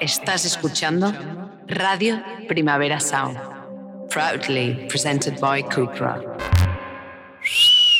Estás escuchando Radio Primavera Sound. Proudly presented by Cupra.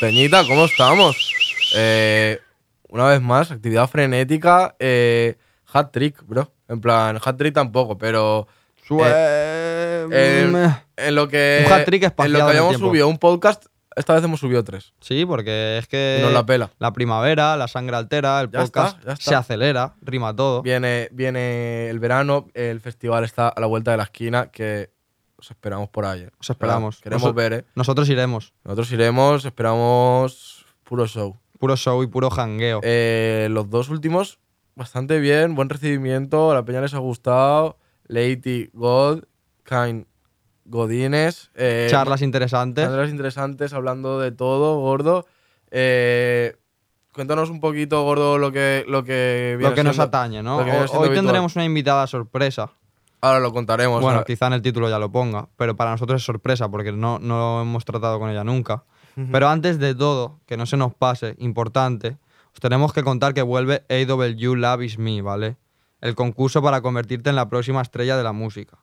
Peñita, ¿cómo estamos? Eh, una vez más, actividad frenética. Eh, hat trick, bro. En plan, hat trick tampoco, pero. eh, Sue- em, En, en lo que. Un hat-trick En lo espaciado que en el habíamos tiempo. subido un podcast, esta vez hemos subido tres. Sí, porque es que. Nos la pela. La primavera, la sangre altera, el Ya podcast está, ya está. se acelera, rima todo. Viene, viene el verano, el festival está a la vuelta de la esquina, que os esperamos por ahí. eh. Os esperamos. O sea, Queremos Noso- ver, ¿eh? Nosotros iremos. Nosotros iremos, esperamos puro show. Puro show y puro jangueo. Eh, los dos últimos, bastante bien, buen recibimiento, a la peña les ha gustado. Lady God, Kind Godines. eh, Charlas interesantes. charlas interesantes, hablando de todo, gordo. Eh, cuéntanos un poquito, gordo, lo que Lo que, viene Lo que nos siendo- atañe, ¿no? lo que viene Hoy siendo habitual. tendremos una invitada sorpresa. Ahora lo contaremos. bueno, ahora- quizá en el título ya lo ponga, pero para nosotros es sorpresa porque no, no hemos tratado con ella nunca. Pero antes de todo, que no se nos pase, importante, os tenemos que contar que vuelve AW Love Is Me, ¿vale? El concurso para convertirte en la próxima estrella de la música.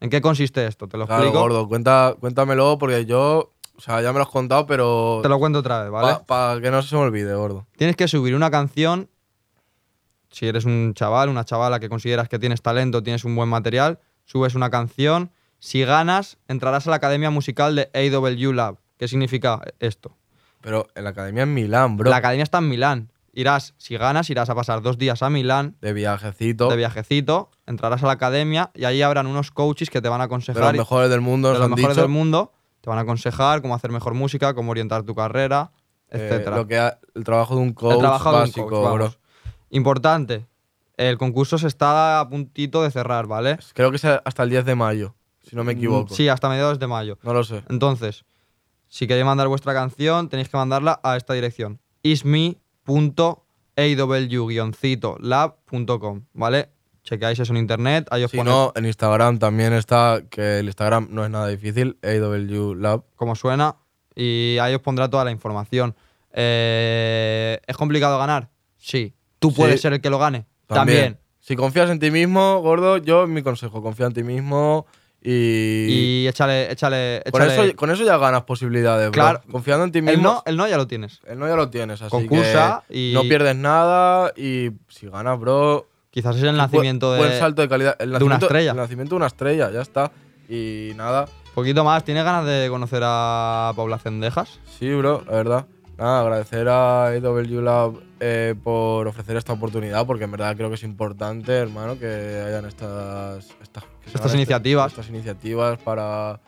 ¿En qué consiste esto? ¿Te lo Claro, explico? gordo, cuenta, cuéntamelo porque yo, o sea, ya me lo has contado, pero Te lo cuento otra vez, ¿vale? para que no se me olvide, gordo. Tienes que subir una canción. Si eres un chaval, una chavala que consideras que tienes talento, tienes un buen material, subes una canción. Si ganas, entrarás a la Academia Musical de AW Lab. ¿Qué significa esto? Pero en la academia en Milán, bro, La academia está en Milán. Irás, si ganas, irás a pasar dos días a Milán de viajecito, de viajecito, entrarás a la academia y ahí habrán unos coaches que te van a de aconsejar los mejores del mundo, de nos los han mejores dicho. del mundo. Te van a aconsejar cómo hacer mejor música, cómo orientar tu carrera, Eh, etcétera. lo que ha- el trabajo de un coach el trabajo de un básico, coach, vamos. bro. Importante. El concurso se está a puntito de cerrar, ¿vale? Creo que es hasta el 10 de mayo, si no me equivoco. Mm, Sí, hasta mediados de mayo. No lo sé. Entonces, si queréis mandar vuestra canción, tenéis que mandarla a esta dirección: isme.aw-lab.com, ¿vale? Chequeáis eso en internet, ahí os Si pone no, en Instagram también está, que el Instagram no es nada difícil, AW Lab. cómo suena y ahí os pondrá toda la información. Eh, ¿Es complicado ganar? Sí. ¿Tú Sí. puedes ser el que lo gane? También. Si confías en ti mismo, gordo, yo mi consejo, confía en ti mismo y... Y échale, échale, échale. con, eso, con eso ya ganas posibilidades, bro. Claro. Confiando en ti mismo. el, no, el no ya lo tienes. El no ya lo tienes, así Concursa que y- no pierdes nada y si ganas, bro... Quizás es el bu- nacimiento de. Buen salto de calidad. El de una nacimiento- estrella. El nacimiento de una estrella, ya está. Y nada, Poquito más. ¿Tienes ganas de conocer a Paula Cendejas? sí, bro, la verdad. Nada, agradecer a AW Lab eh, por ofrecer esta oportunidad, porque en verdad creo que es importante, hermano, que hayan estas... Estas, que se Estas hagan este- iniciativas. Estas iniciativas para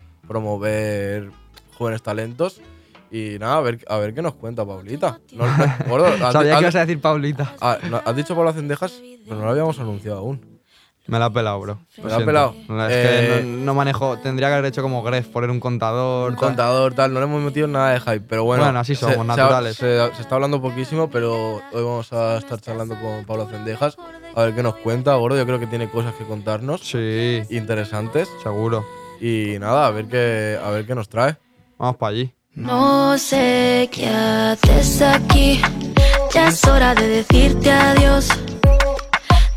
promover jóvenes talentos. Y nada, a ver, a ver qué nos cuenta Paulita. No, gordo, has di- Sabía has- que ibas a decir Paulita. Ah, no, has dicho Pablo Cendejas, pero no lo habíamos anunciado aún. Me la ha pelado, bro. Me la ha pelado. No, es Eh, que no, no manejo. Tendría que haber hecho como Gref, poner un contador. Un contador, tal, no le hemos metido nada de hype, pero bueno. Bueno, así somos, se- se- naturales. Se, se está hablando poquísimo, pero hoy vamos a estar charlando con Pablo Cendejas. A ver qué nos cuenta, gordo. Yo creo que tiene cosas que contarnos Sí, interesantes. seguro. Y nada, a ver qué, a ver qué nos trae. Vamos para allí. No sé qué haces aquí, ya es hora de decirte adiós.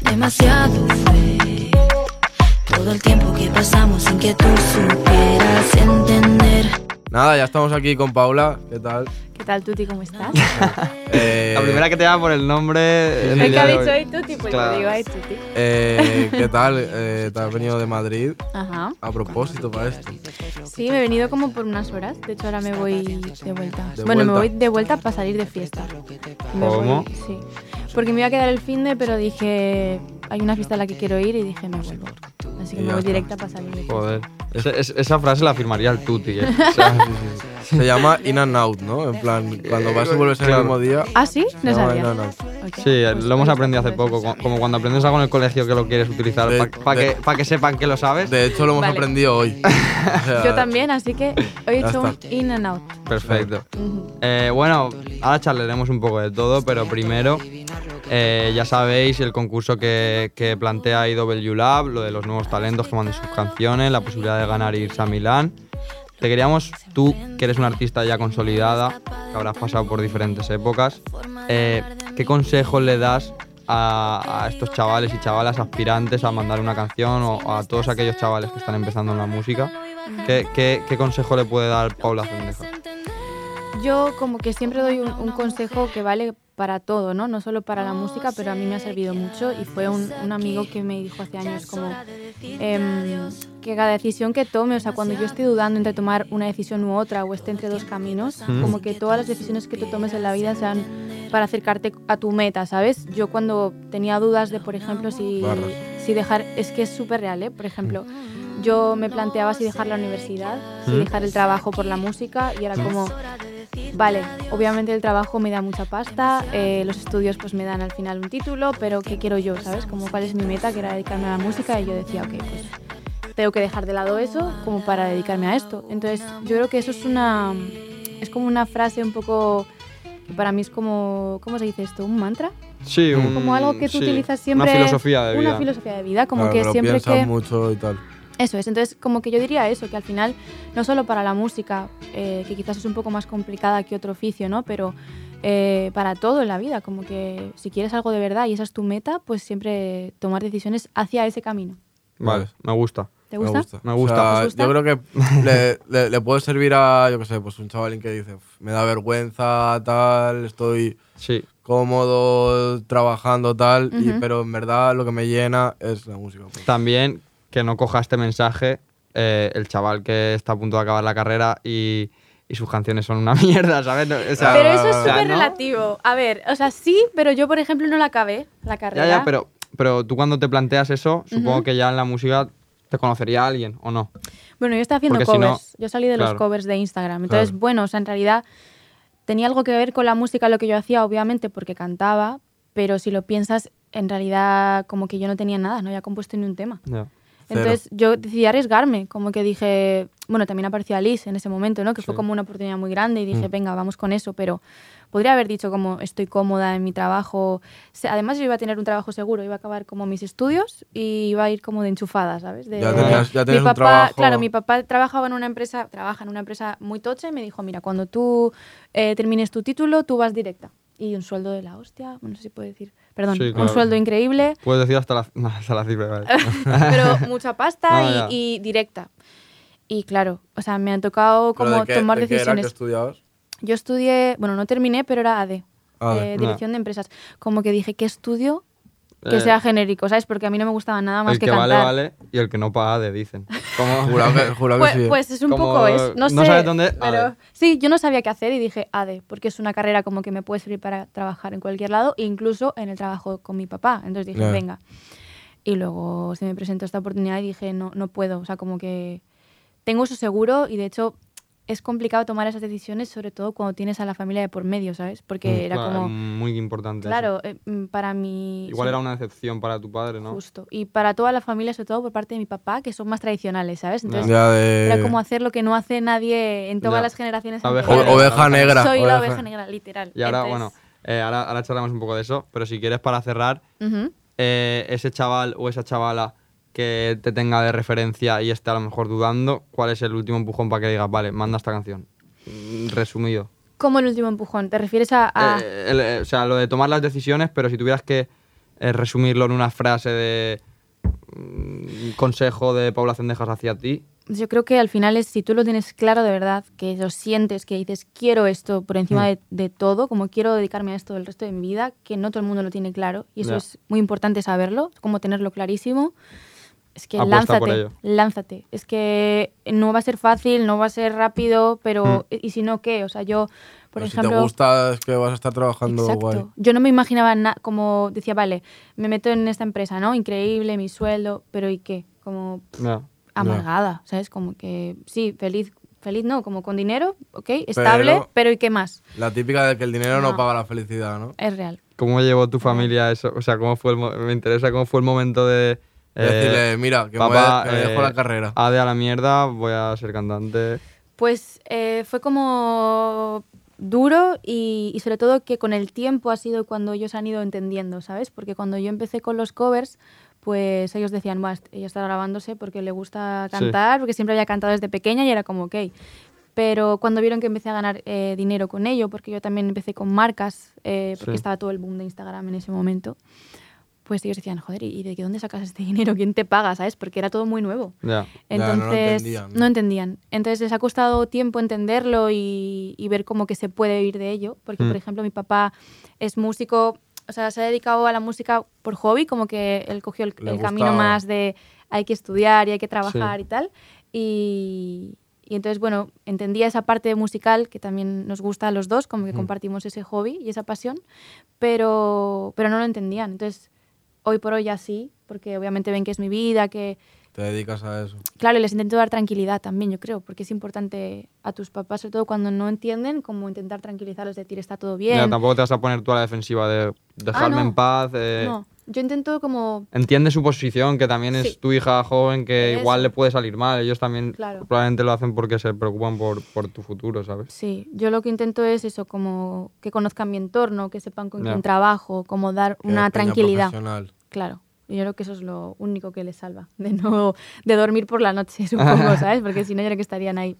Demasiado fue todo el tiempo que pasamos sin que tú supieras entender. Nada, ya estamos aquí con Paula. ¿Qué tal? ¿Qué tal, Tuti? ¿Cómo estás? Eh, la primera que te llama por el nombre. en El el que día ha de dicho hoy. ay, Tuti, pues Claro. yo digo ay, Tuti. eh, ¿Qué tal? Eh, te has venido de Madrid Ajá. a propósito para esto. Sí, me he venido como por unas horas. De hecho, ahora me voy de vuelta. ¿De bueno, me voy vuelta? de vuelta para salir de fiesta. Me ¿Cómo? voy, sí. Porque me iba a quedar el fin de, pero dije, hay una fiesta a la que quiero ir y dije, me vuelvo. Así que Y ya me voy está. directa para salir de fiesta. Joder. Ese- es- esa frase la firmaría el Tuti, eh. O sea, Se llama In and Out, ¿no? En plan, cuando vas y vuelves en el claro. mismo día. ¿Ah, sí? No No, sabía. no, no. Ok, Sí, pues lo hemos perfecto. aprendido hace poco, co- como cuando aprendes algo en el colegio que lo quieres utilizar De- para de- que, pa que sepan que lo sabes. De hecho, lo hemos Vale. aprendido hoy. O sea, Yo también, así que hoy he Ya hecho un está. in and out. Perfecto. Ujú. Eh, bueno, ahora charlaremos un poco de todo, pero primero eh, ya sabéis el concurso que, que plantea IW Lab, lo de los nuevos talentos que mandan sus canciones, la posibilidad de ganar e irse a Milán. Te queríamos, tú que eres una artista ya consolidada, que habrás pasado por diferentes épocas, eh, ¿qué consejo le das a, a estos chavales y chavalas aspirantes a mandar una canción o a todos aquellos chavales que están empezando en la música? ¿Qué, qué- qué consejo le puede dar Paula Cendejas? Yo como que siempre doy un, un consejo que vale para todo, ¿no? No solo para la música, pero a mí me ha servido mucho y fue un, un amigo que me dijo hace años como em, que cada decisión que tome, o sea, cuando yo esté dudando entre tomar una decisión u otra o esté entre dos caminos, Mm. como que todas las decisiones que tú tomes en la vida sean para acercarte a tu meta, ¿sabes? Yo cuando tenía dudas de, por ejemplo, si, Barras. si dejar, es que es súper real, ¿eh? Por ejemplo, yo me planteaba si dejar la universidad, si Mm. dejar el trabajo por la música y era como... Vale, obviamente el trabajo me da mucha pasta, eh, los estudios pues me dan al final un título, pero ¿qué quiero yo? ¿Sabes? Como cuál es mi meta, que era dedicarme a la música y yo decía, ok, pues tengo que dejar de lado eso como para dedicarme a esto. Entonces yo creo que eso es una, es como una frase un poco, que para mí es como, ¿cómo se dice esto? ¿Un mantra? Sí, un- Como algo que tú sí, utilizas siempre. Una filosofía de vida. Una filosofía de vida, como Claro, que lo siempre piensas que... mucho y tal. Eso es, entonces como que yo diría eso, que al final, no solo para la música, eh, que quizás es un poco más complicada que otro oficio, ¿no? Pero eh, para todo en la vida, como que si quieres algo de verdad y esa es tu meta, pues siempre tomar decisiones hacia ese camino. Vale, me gusta. ¿Te gusta? Me gusta. Me gusta. O sea, ¿Os gusta? Yo creo que le, le- le puede servir a, yo qué sé, pues un chavalín que dice, "Uf, me da vergüenza, tal, estoy Sí. cómodo trabajando, tal, y- Ujú. pero en verdad lo que me llena es la música. pues. También que no coja este mensaje eh, el chaval que está a punto de acabar la carrera y, y sus canciones son una mierda, ¿sabes? No, o sea, Pero eso es o sea, súper ¿no? relativo. A ver, o sea, sí, pero yo, por ejemplo, no la acabé, la carrera. Ya, ya, pero, pero tú cuando te planteas eso, supongo que ya en la música te conocería alguien, ¿o no? Bueno, yo estaba haciendo Porque si no- covers. yo salí de claro. los covers de Instagram. Entonces, Claro. bueno, o sea, en realidad tenía algo que ver con la música lo que yo hacía, obviamente, porque cantaba, pero si lo piensas, en realidad como que yo no tenía nada, no había compuesto ni un tema. Ya. Cero. Entonces yo decidí arriesgarme, como que dije, bueno, también apareció Alice en ese momento, ¿no? Que fue Sí. como una oportunidad muy grande y dije, Mm. venga, vamos con eso, pero podría haber dicho como estoy cómoda en mi trabajo. Se- Además yo iba a tener un trabajo seguro, iba a acabar como mis estudios y iba a ir como de enchufada, ¿sabes? De- Ya tenías- ya mi tenías un papá, trabajo. Claro, mi papá trabajaba en una empresa, trabaja en una empresa muy tocha y me dijo, mira, cuando tú eh, termines tu título, tú vas directa. Y un sueldo de la hostia, no sé si puedo decir, perdón, Sí, un claro. sueldo increíble Puedes decir hasta la, no, hasta la cifra, vale. pero mucha No, ya. pasta y, y directa. Y claro, o sea, me han tocado ¿Pero de como qué- tomar de qué era que decisiones. estudiabas? Yo estudié, bueno, no terminé, pero era AD, AD, eh, ya. Dirección de Empresas. Como que dije, ¿qué estudio? Que Eh, sea genérico, ¿sabes? Porque a mí no me gustaba nada más el que, vale, cantar. vale y el que no paga, de dicen. Como- Jurado que, jurado que Pues, sí. pues es un Como poco es, no no, sé, sabes dónde, pero- AD. sí, yo no sabía qué hacer y dije ADE, porque es una carrera como que me puede servir para trabajar en cualquier lado, incluso en el trabajo con mi papá. Entonces dije, Ya. venga. Y luego se me presentó esta oportunidad y dije, no, no puedo, o sea, como que tengo eso seguro y de hecho es complicado tomar esas decisiones, sobre todo cuando tienes a la familia de por medio, ¿sabes? Porque era Mm, Claro, como, Muy importante. eso. claro, eh, mm, para mí... Igual sí, era una excepción para tu padre, ¿no? Justo. Y para toda la familia, sobre todo por parte de mi papá, que son más tradicionales, ¿sabes? Entonces, Ya de- pues, era como hacer lo que no hace nadie en todas Eh, Ya. las generaciones. La O- anteriores. Oveja oveja negra. Soy la oveja negra, literal. Y ahora, Entonces, bueno, eh, ahora, ahora charlamos un poco de eso, pero si quieres para cerrar, ujú. eh, ese chaval o esa chavala que te tenga de referencia y esté a lo mejor dudando, ¿cuál es el último empujón para que le digas, vale, manda esta canción? Mm, Resumido. ¿Cómo el último empujón? ¿Te refieres a...? a- Eh, el- eh, o sea, lo de tomar las decisiones, pero si tuvieras que eh, resumirlo en una frase de mm, consejo de Paula Cendejas hacia ti, Yo creo que al final es, si tú lo tienes claro de verdad, que lo sientes, que dices, quiero esto por encima Hmm. de, de todo, como quiero dedicarme a esto el resto de mi vida, que no todo el mundo lo tiene claro, y eso Ya. es muy importante saberlo, como tenerlo clarísimo. Es que Apuesta lánzate, por ello. lánzate. Es que no va a ser fácil, no va a ser rápido, pero... Mm. ¿Y si no qué? O sea, yo, por Hmm. Pero ejemplo... Si te gusta, es que vas a estar trabajando Exacto. guay. Yo no me imaginaba nada, como decía, vale, me meto en esta empresa, ¿no? Increíble, mi sueldo, pero ¿y qué? Como pff, ya, amargada, ¿sabes? Como que sí, feliz, feliz no, como con dinero, ok, estable, pero, ¿y qué más? La típica de que el dinero no, No. paga la felicidad, ¿no? Es real. ¿cómo llevó tu familia eso? O sea, ¿cómo fue el mo- me interesa cómo fue el momento de... eh, Decirle, mira, que me papá, voy a- que me dejo eh, la carrera. Ade a la mierda, voy a ser cantante. Pues eh, fue como duro y, y sobre todo que con el tiempo ha sido cuando ellos han ido entendiendo, ¿sabes? Porque cuando yo empecé con los covers, pues ellos decían, más, ella está grabándose porque le gusta Sí. cantar, porque siempre había cantado desde pequeña y era como, ok. Pero cuando vieron que empecé a ganar eh, dinero con ello, porque yo también empecé con marcas, eh, porque Sí. estaba todo el boom de Instagram en ese momento, pues ellos decían, joder, ¿y de qué- dónde sacas este dinero? ¿Quién te paga? ¿Sabes? Porque era todo muy nuevo. Ya. Ya, no lo Entonces, entendían, ¿no? no entendían. Entonces les ha costado tiempo entenderlo y, y ver cómo que se puede vivir de ello. Porque, Mm. por ejemplo, mi papá es músico, o sea, se ha dedicado a la música por hobby, como que él cogió el, Le el camino gusta- más de hay que estudiar y hay que trabajar y tal. Y, y entonces, bueno, entendía esa parte musical que también nos gusta a los dos, como que Mm. compartimos ese hobby y esa pasión, pero, pero no lo entendían. Entonces, hoy por hoy ya sí, porque obviamente ven que es mi vida, que Te dedicas a eso. Claro, y les intento dar tranquilidad también, yo creo, porque es importante a tus papás, sobre todo cuando no entienden, como intentar tranquilizarlos, decir está todo bien. Ya, tampoco te vas a poner tú a la defensiva de dejarme Ah, no. en paz. eh, No, yo intento como Entiende su posición, que también Sí. es tu hija joven, que Eso. igual le puede salir mal. Ellos también Claro. probablemente lo hacen porque se preocupan por, por tu futuro, ¿sabes? Sí, yo lo que intento es eso, como que conozcan mi entorno, que sepan con Ya. quién trabajo, como dar Que una es peña tranquilidad. profesional. Claro, yo creo que eso es lo único que les salva, de no de dormir por la noche, supongo, ¿sabes? Porque si no, yo creo que estarían ahí.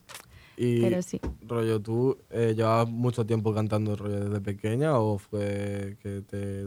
Y Pero sí. rollo, ¿tú eh, llevabas mucho tiempo cantando rollo desde pequeña o fue que te,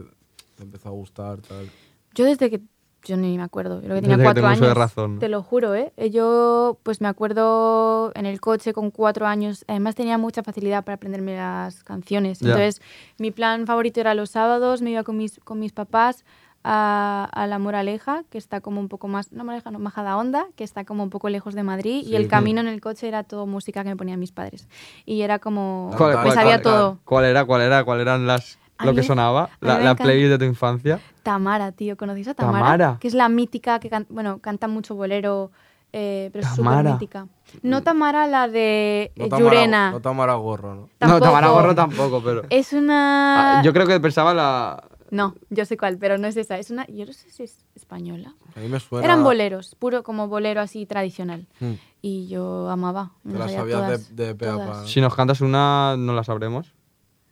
te empezó a gustar tal? Yo desde que. Yo ni me acuerdo. Yo creo que Desde tenía que cuatro tengo uso años. de razón, ¿no? Te lo juro, ¿eh? Eh, Yo, pues me acuerdo en el coche con cuatro años. Además, tenía mucha facilidad para aprenderme las canciones. Ya. Entonces, mi plan favorito era los sábados. Me iba con mis, con mis papás a, a la Moraleja, que está como un poco más. No, Moraleja, no, Majada Onda, que está como un poco lejos de Madrid. Sí. Y el camino en el coche era todo música que me ponían mis padres. Y era como. ¿Cuál- me cuál- cuál- sabía todo. ¿Cuál era? ¿Cuál era? ¿Cuál eran las A lo mí que me- sonaba? a mí La, me la encanta. playlist de tu infancia. Tamara, tío, ¿conocéis a Tamara? Tamara. Que es la mítica que can- bueno, canta mucho bolero, eh, pero es súper Tamara. mítica. No Tamara, la de eh, No Tamara- Llurena. No Tamara Gorro, ¿no? Tampoco. No, Tamara Gorro tampoco, pero. Es una. Ah, yo creo que pensaba la. No, yo sé cuál, pero no es esa. Es una. Yo no sé si es española. A mí me suena. Eran boleros, puro como bolero así tradicional. Hmm. Y yo amaba. me Te las sabía sabías de- todas, de pe a todas. pa. Si nos cantas una, no la sabremos.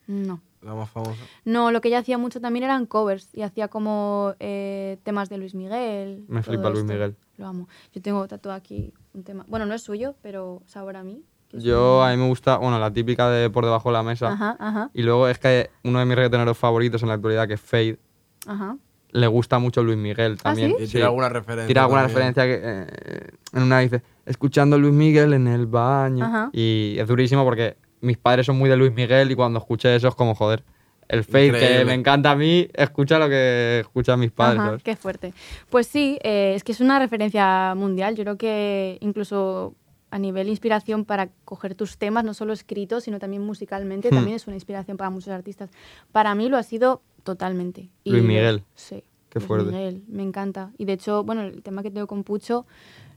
No. La más famosa. No, lo que ella hacía mucho también eran covers y hacía como eh, temas de Luis Miguel. Me todo flipa Luis Miguel. Lo amo. Yo tengo tatuado aquí un tema. Bueno, no es suyo, pero sabor a mí. que es Yo, un- a mí me gusta, bueno, la típica de por debajo de la mesa. Ajá, ajá, Y luego es que uno de mis reggaetoneros favoritos en la actualidad, que es Fade, ajá. le gusta mucho Luis Miguel ¿Ah, también. Y tira alguna referencia. Tira alguna también. referencia que, eh, en una dice, escuchando Luis Miguel en el baño. Ajá. Y es durísimo porque mis padres son muy de Luis Miguel y cuando escuché eso es como, joder, el Fade que Increíble. me encanta a mí, escucha lo que escuchan mis padres. Ajá, ¿sabes? qué fuerte. Pues sí, eh, es que es una referencia mundial. Yo creo que incluso a nivel inspiración para coger tus temas, no solo escritos, sino también musicalmente, Hmm. también es una inspiración para muchos artistas. Para mí lo ha sido totalmente. Luis Miguel. Sí. Qué Luis fuerte. Miguel, me encanta. Y de hecho, bueno, el tema que tengo con Pucho.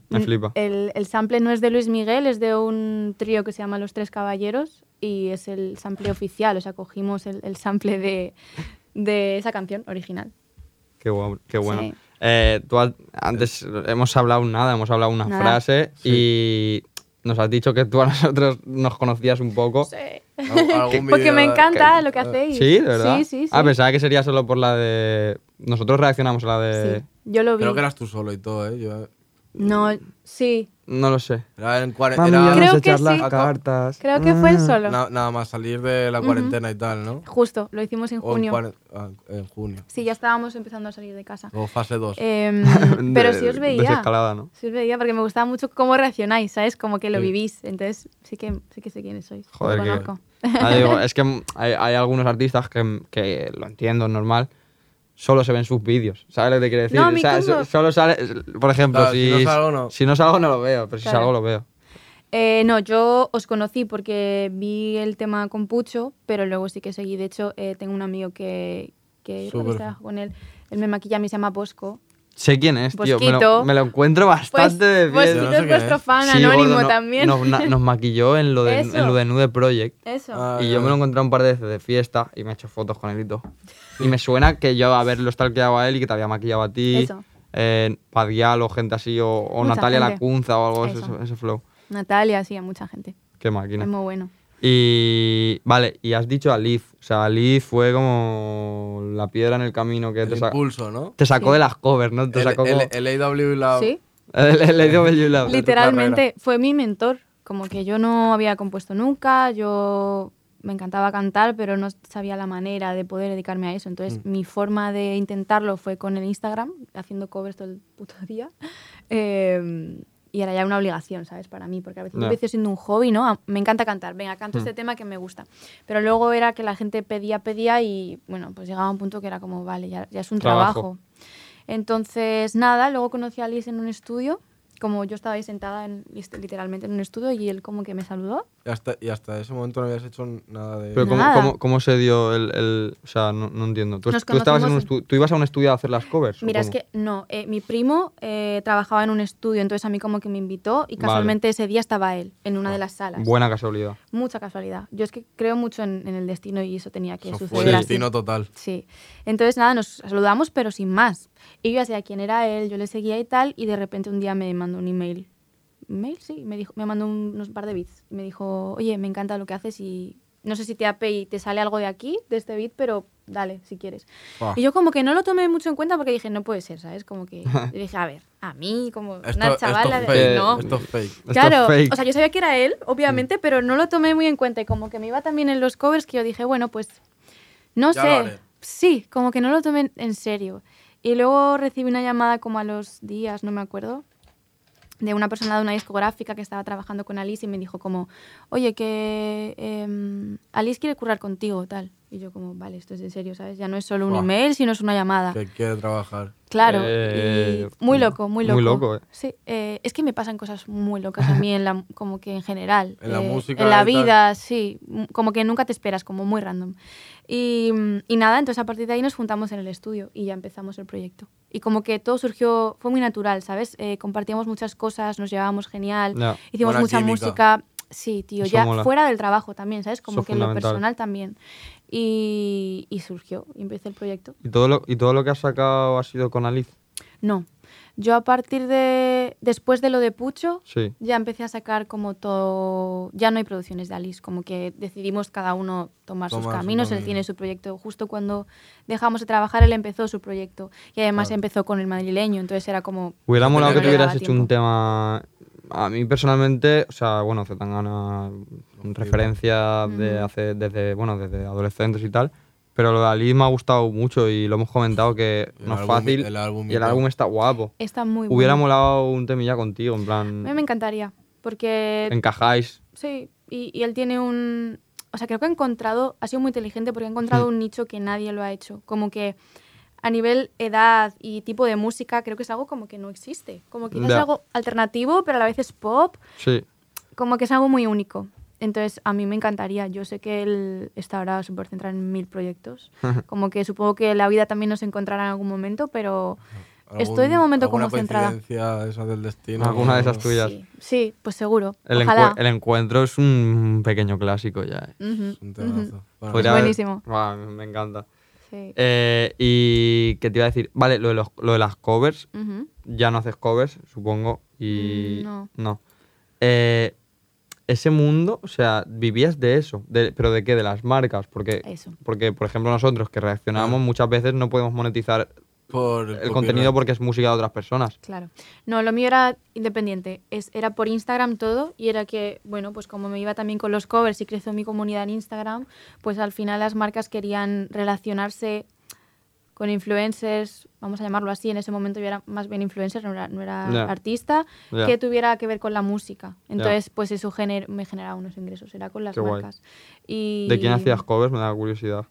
Me mm, flipa. El, el sample no es de Luis Miguel, es de un trío que se llama Los Tres Caballeros y es el sample oficial. O sea, cogimos el, el sample de, de esa canción original. Qué, guau- qué bueno. Sí. Eh, tú al- antes hemos hablado nada, hemos hablado una Nada. frase y nos has dicho que tú a nosotros nos conocías un poco. Al- algún Porque vídeo me de- encanta lo que Ah, hacéis. Sí, de verdad. Sí, sí, sí. Ah, pensaba que sería solo por la de. Nosotros reaccionamos a la de. Sí, Yo lo vi. Creo que eras tú solo y todo, ¿eh? Yo- No, sí. No lo sé. era en cuare- Mami, era ya no Creo sé que echar sí. las Acá- cartas. Creo que fue el Ah. solo. na- nada más salir de la cuarentena y tal, ¿no? Justo, lo hicimos en O en, junio. cuaren- ah, en junio. Sí, ya estábamos empezando a salir de casa. O fase 2. Em, De- pero sí os veía. desescalada, ¿no? Sí os veía porque me gustaba mucho cómo reaccionáis, ¿sabes? Como que lo Sí. vivís. Entonces sí que, sí que sé quiénes sois. os Joder, que- conozco. Ah, digo, es que hay, hay algunos artistas que, que lo entiendo, es normal. Solo se ven sus vídeos, ¿sabes lo que te quiero decir? No, a mí O sea, so- cuando- solo sale, por ejemplo, Claro, si, si no salgo, no. si no salgo no lo veo, pero si Claro. salgo lo veo. Eh, no, yo os conocí porque vi el tema con Pucho, pero luego sí que seguí. De hecho, eh, tengo un amigo que, que yo creo que Súper. trabaja con él. Él me maquilla, a mí se llama Bosco. Sé quién es, tío. Me Bosquito. lo, me lo encuentro Pues, bastante de Yo pues no sé tú eres quién vuestro es. fan Sí, anónimo gordo, no- también. Nos, na- nos maquilló en lo, de, en Eso. lo de Nude Project. Eso. Ah, Y yo me lo encontré un par de veces de fiesta y me he hecho fotos con él y todo. Y me suena que yo haberlo stalkeado a él y que te había maquillado a ti. Eso. Eh, Padial o gente así, o, o Mucha Natalia gente. Lacunza o algo, ese, Eso. ese flow. Natalia, sí, a mucha gente. Qué Es máquina. muy bueno. Y vale, y has dicho a Liz. O sea, Liz fue como la piedra en el camino que el te, sa- impulso, ¿no? te sacó de las covers, ¿no? Te El, sacó el, como- el AW y la... Sí, El- el- el AW Lab. literalmente fue mi mentor. como que yo no había compuesto nunca, yo me encantaba cantar, pero no sabía la manera de poder dedicarme a eso. Entonces, mi forma de intentarlo fue con el Instagram, haciendo covers todo el puto día. Eh, y era ya una obligación, ¿sabes? Para mí, porque a veces Ya. empezó siendo un hobby, ¿no? A- Me encanta cantar, venga, canto este tema que me gusta. Pero luego era que la gente pedía, pedía y, bueno, pues llegaba un punto que era como, vale, ya, ya es un Trabajo. trabajo. Entonces, nada, luego conocí a Liz en un estudio, como yo estaba ahí sentada en- literalmente en un estudio y él como que me saludó. Y hasta, y hasta ese momento no habías hecho nada de. Pero ¿cómo, Nada. cómo, cómo se dio el, el- O sea, no, no entiendo. ¿Tú, Nos tú estabas en un conocimos estu- ¿Tú ibas a un estudio a hacer las covers? o Mira, es cómo? que no, eh, mi primo eh, trabajaba en un estudio, entonces a mí como que me invitó y casualmente ese día estaba él en una de las salas. Buena casualidad. Mucha casualidad. Yo es que creo mucho en, en el destino y eso tenía que Eso fue suceder. así. destino total. Sí. Entonces, nada, nos saludamos, pero sin más. Y yo ya sabía quién era él, yo le seguía y tal, y de repente un día me mandó un email. ¿Mail? Sí, me, dijo, me mandó un- unos par de beats. Me dijo, oye, me encanta lo que haces y no sé si te ape y te sale algo de aquí, de este beat, pero dale, si quieres. Buah. Y yo como que no lo tomé mucho en cuenta porque dije, no puede ser, ¿sabes? Como que y dije, a ver, a mí, como una chavala... es de- fake, no. esto es fake. Esto es Claro, fake. Mm. o sea, yo sabía que era él, obviamente, pero no lo tomé muy en cuenta. Y como que me iba también en los covers, que yo dije, bueno, pues no Ya lo haré. sé. Sí, como que no lo tomé en serio. Y luego recibí una llamada como a los días, no me acuerdo, de una persona de una discográfica que estaba trabajando con Alice y me dijo como, oye, que em, Alice quiere currar contigo, tal. Y yo como, vale, esto es en serio, ¿sabes? Ya no es solo un Buah. email, sino es una llamada. Que quiere trabajar. Claro, Eh, y muy loco, muy loco. muy loco, eh. Sí, eh, es que me pasan cosas muy locas a mí, en la, como que en general. En la eh, música En y la tal. vida, sí. m- Como que nunca te esperas, como muy random. Y, mm, y nada, entonces a partir de ahí nos juntamos en el estudio y ya empezamos el proyecto. Y como que todo surgió, fue muy natural, ¿sabes? Eh, compartíamos muchas cosas, nos llevábamos genial, Ya. hicimos Buena mucha química. música. Sí, tío, Eso ya mola. fuera del trabajo también, ¿sabes? Como Eso que en lo fundamental. personal también. Y, y surgió, y empecé el proyecto. ¿Y todo, lo, ¿Y todo lo que has sacado ha sido con Alice? No. Yo a partir de. Después de lo de Pucho, Sí. ya empecé a sacar como todo. Ya no hay producciones de Alice, como que decidimos cada uno tomar sus Tomar su caminos. Él camino. tiene su proyecto. Justo cuando dejamos de trabajar, él empezó su proyecto. Y además Claro. empezó con el madrileño, entonces era como. Hubiera Pero molado no que le tú hubieras daba hecho un tiempo. tema. A mí personalmente, o sea, bueno, Zetangana, referencia de hace, desde, bueno, desde adolescentes y tal. Pero lo de Alice me ha gustado mucho y lo hemos comentado que El no es álbum- fácil. el álbum y el y álbum todo. está guapo. Está muy Hubiera bueno. molado un temilla contigo, en A plan. mí me encantaría, porque. Encajáis. Sí, y, y él tiene un... O sea, creo que ha encontrado, ha sido muy inteligente porque ha Mm. encontrado un nicho que nadie lo ha hecho. Como que a nivel edad y tipo de música, creo que es algo como que no existe. Como que es Ya. algo alternativo, pero a la vez es pop. Sí. Como que es algo muy único. Entonces, a mí me encantaría. Yo sé que él está ahora súper centrado en mil proyectos. Como que supongo que la vida también nos encontrará en algún momento, pero estoy de Algún- momento alguna como centrada. coincidencia de esas del destino. Alguna de ¿no? esas tuyas. Sí, sí, pues seguro. El, encue- Ojalá. el encuentro es un pequeño clásico ya. eh. Ujú, Es un ujú. temazo. Bueno, pues, Podría haber- buenísimo. Buah, me encanta. Sí. Eh, y que te iba a decir, vale, lo de, los, lo de las covers, Ujú. ya no haces covers, supongo, y... Mm, no. Eh, ese mundo, o sea, vivías de eso, de- pero ¿de qué? De las marcas, porque, Eso. porque por ejemplo, nosotros que reaccionamos muchas veces no podemos monetizar por el Ah. copyright. contenido porque es música de otras personas. Claro. No, lo mío era independiente. Es, era por Instagram todo y era que, bueno, pues como me iba también con los covers y creció mi comunidad en Instagram, pues al final las marcas querían relacionarse con influencers, vamos a llamarlo así, en ese momento yo era más bien influencer, no era, no era Ya. artista, Ya. que tuviera que ver con la música. Entonces, pues eso gener- me generaba unos ingresos, era con las Qué guay. marcas. Y... ¿De quién hacías covers? Me da curiosidad.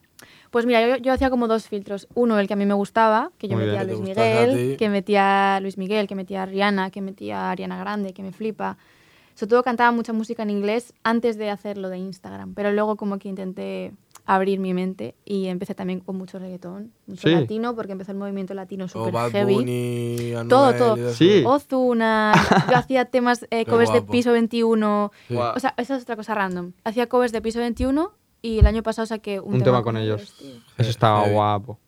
Pues mira, yo, yo hacía como dos filtros. Uno, el que a mí me gustaba, que yo Muy metía a bien. Luis Que te gustase a Miguel, ti. que metía a Luis Miguel, que metía a Rihanna, que metía a Ariana Grande, que me flipa. Sobre todo cantaba mucha música en inglés antes de hacerlo de Instagram, pero luego como que intenté abrir mi mente y empecé también con mucho reggaetón, mucho Sí. latino, porque empezó el movimiento latino O súper Bad heavy. Bunny, Anuel, Todo, todo. y eso. Sí. Ozuna, yo hacía temas, eh, Qué covers de guapo. Piso 21, Sí. Guau. o sea, esa es otra cosa random. Hacía covers de Piso 21 y el año pasado saqué un, Un tema con ellos. tío. Eso estaba Heavy. guapo.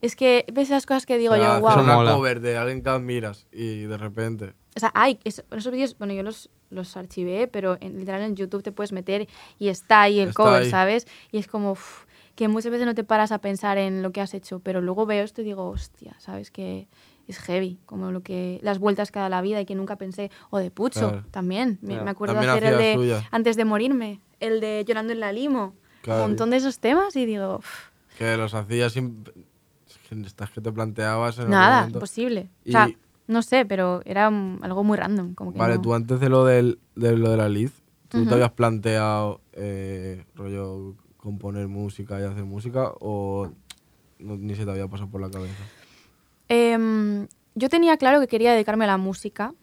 Es que ves esas cosas que digo O sea, yo, hacer wow. Eso una mola. cover de alguien que admiras y de repente. O sea, hay es- esos vídeos, bueno, yo los, los archivé, pero en, literal en YouTube te puedes meter y está ahí el Está cover, ahí. ¿sabes? Y es como uf, que muchas veces no te paras a pensar en lo que has hecho, pero luego veo esto y digo, hostia, ¿sabes? Que es heavy, como lo que las vueltas que da la vida y que nunca pensé, o de Pucho Claro. también, me, Claro. me acuerdo También hacer el hacía de suya. antes de morirme, el de llorando en la limo, Claro. un montón de esos temas y digo, "Uf, Que los hacías sin. es que Estas que te planteabas. En el nada, pues momento. imposible. Y- O sea, no sé, pero era mm, algo muy random, como que Vale, no- tú antes de lo, del, de lo de la Liz, ¿tú Ujú. te habías planteado eh, rollo componer música y hacer música o no- ni se te había pasado por la cabeza? Em, yo tenía claro que quería dedicarme a la música,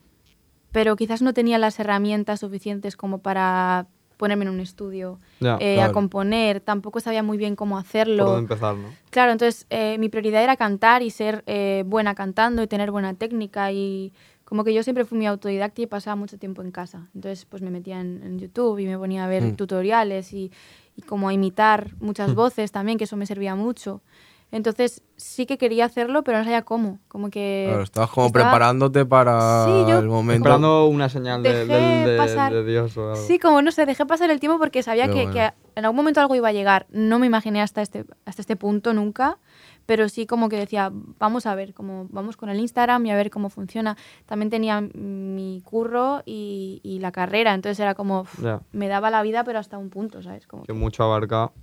pero quizás no tenía las herramientas suficientes como para ponerme en un estudio, Ya, eh, claro. a componer, tampoco sabía muy bien cómo ¿Por dónde hacerlo. empezar, no? Claro, entonces eh, mi prioridad era cantar y ser eh, buena cantando y tener buena técnica y como que yo siempre fui muy autodidacta y pasaba mucho tiempo en casa. Entonces pues me metía en, en YouTube y me ponía a ver Mm. tutoriales y, y como a imitar muchas voces también, que eso me servía mucho. Entonces sí que quería hacerlo, pero no sabía cómo. Como que claro, estabas como Eh, estaba- preparándote para Sí, yo- el momento. Esperando una señal de, Dejé del- de- pasar- de Dios o algo. Sí, como no sé, dejé pasar el tiempo porque sabía Pero que, bueno. que en algún momento algo iba a llegar. No me imaginé hasta este, hasta este punto nunca, pero sí como que decía, vamos a ver, como vamos con el Instagram y a ver cómo funciona. También tenía mi curro y, y la carrera, entonces era como, pff, Ya. me daba la vida, pero hasta un punto, ¿sabes? Como Que mucho abarca.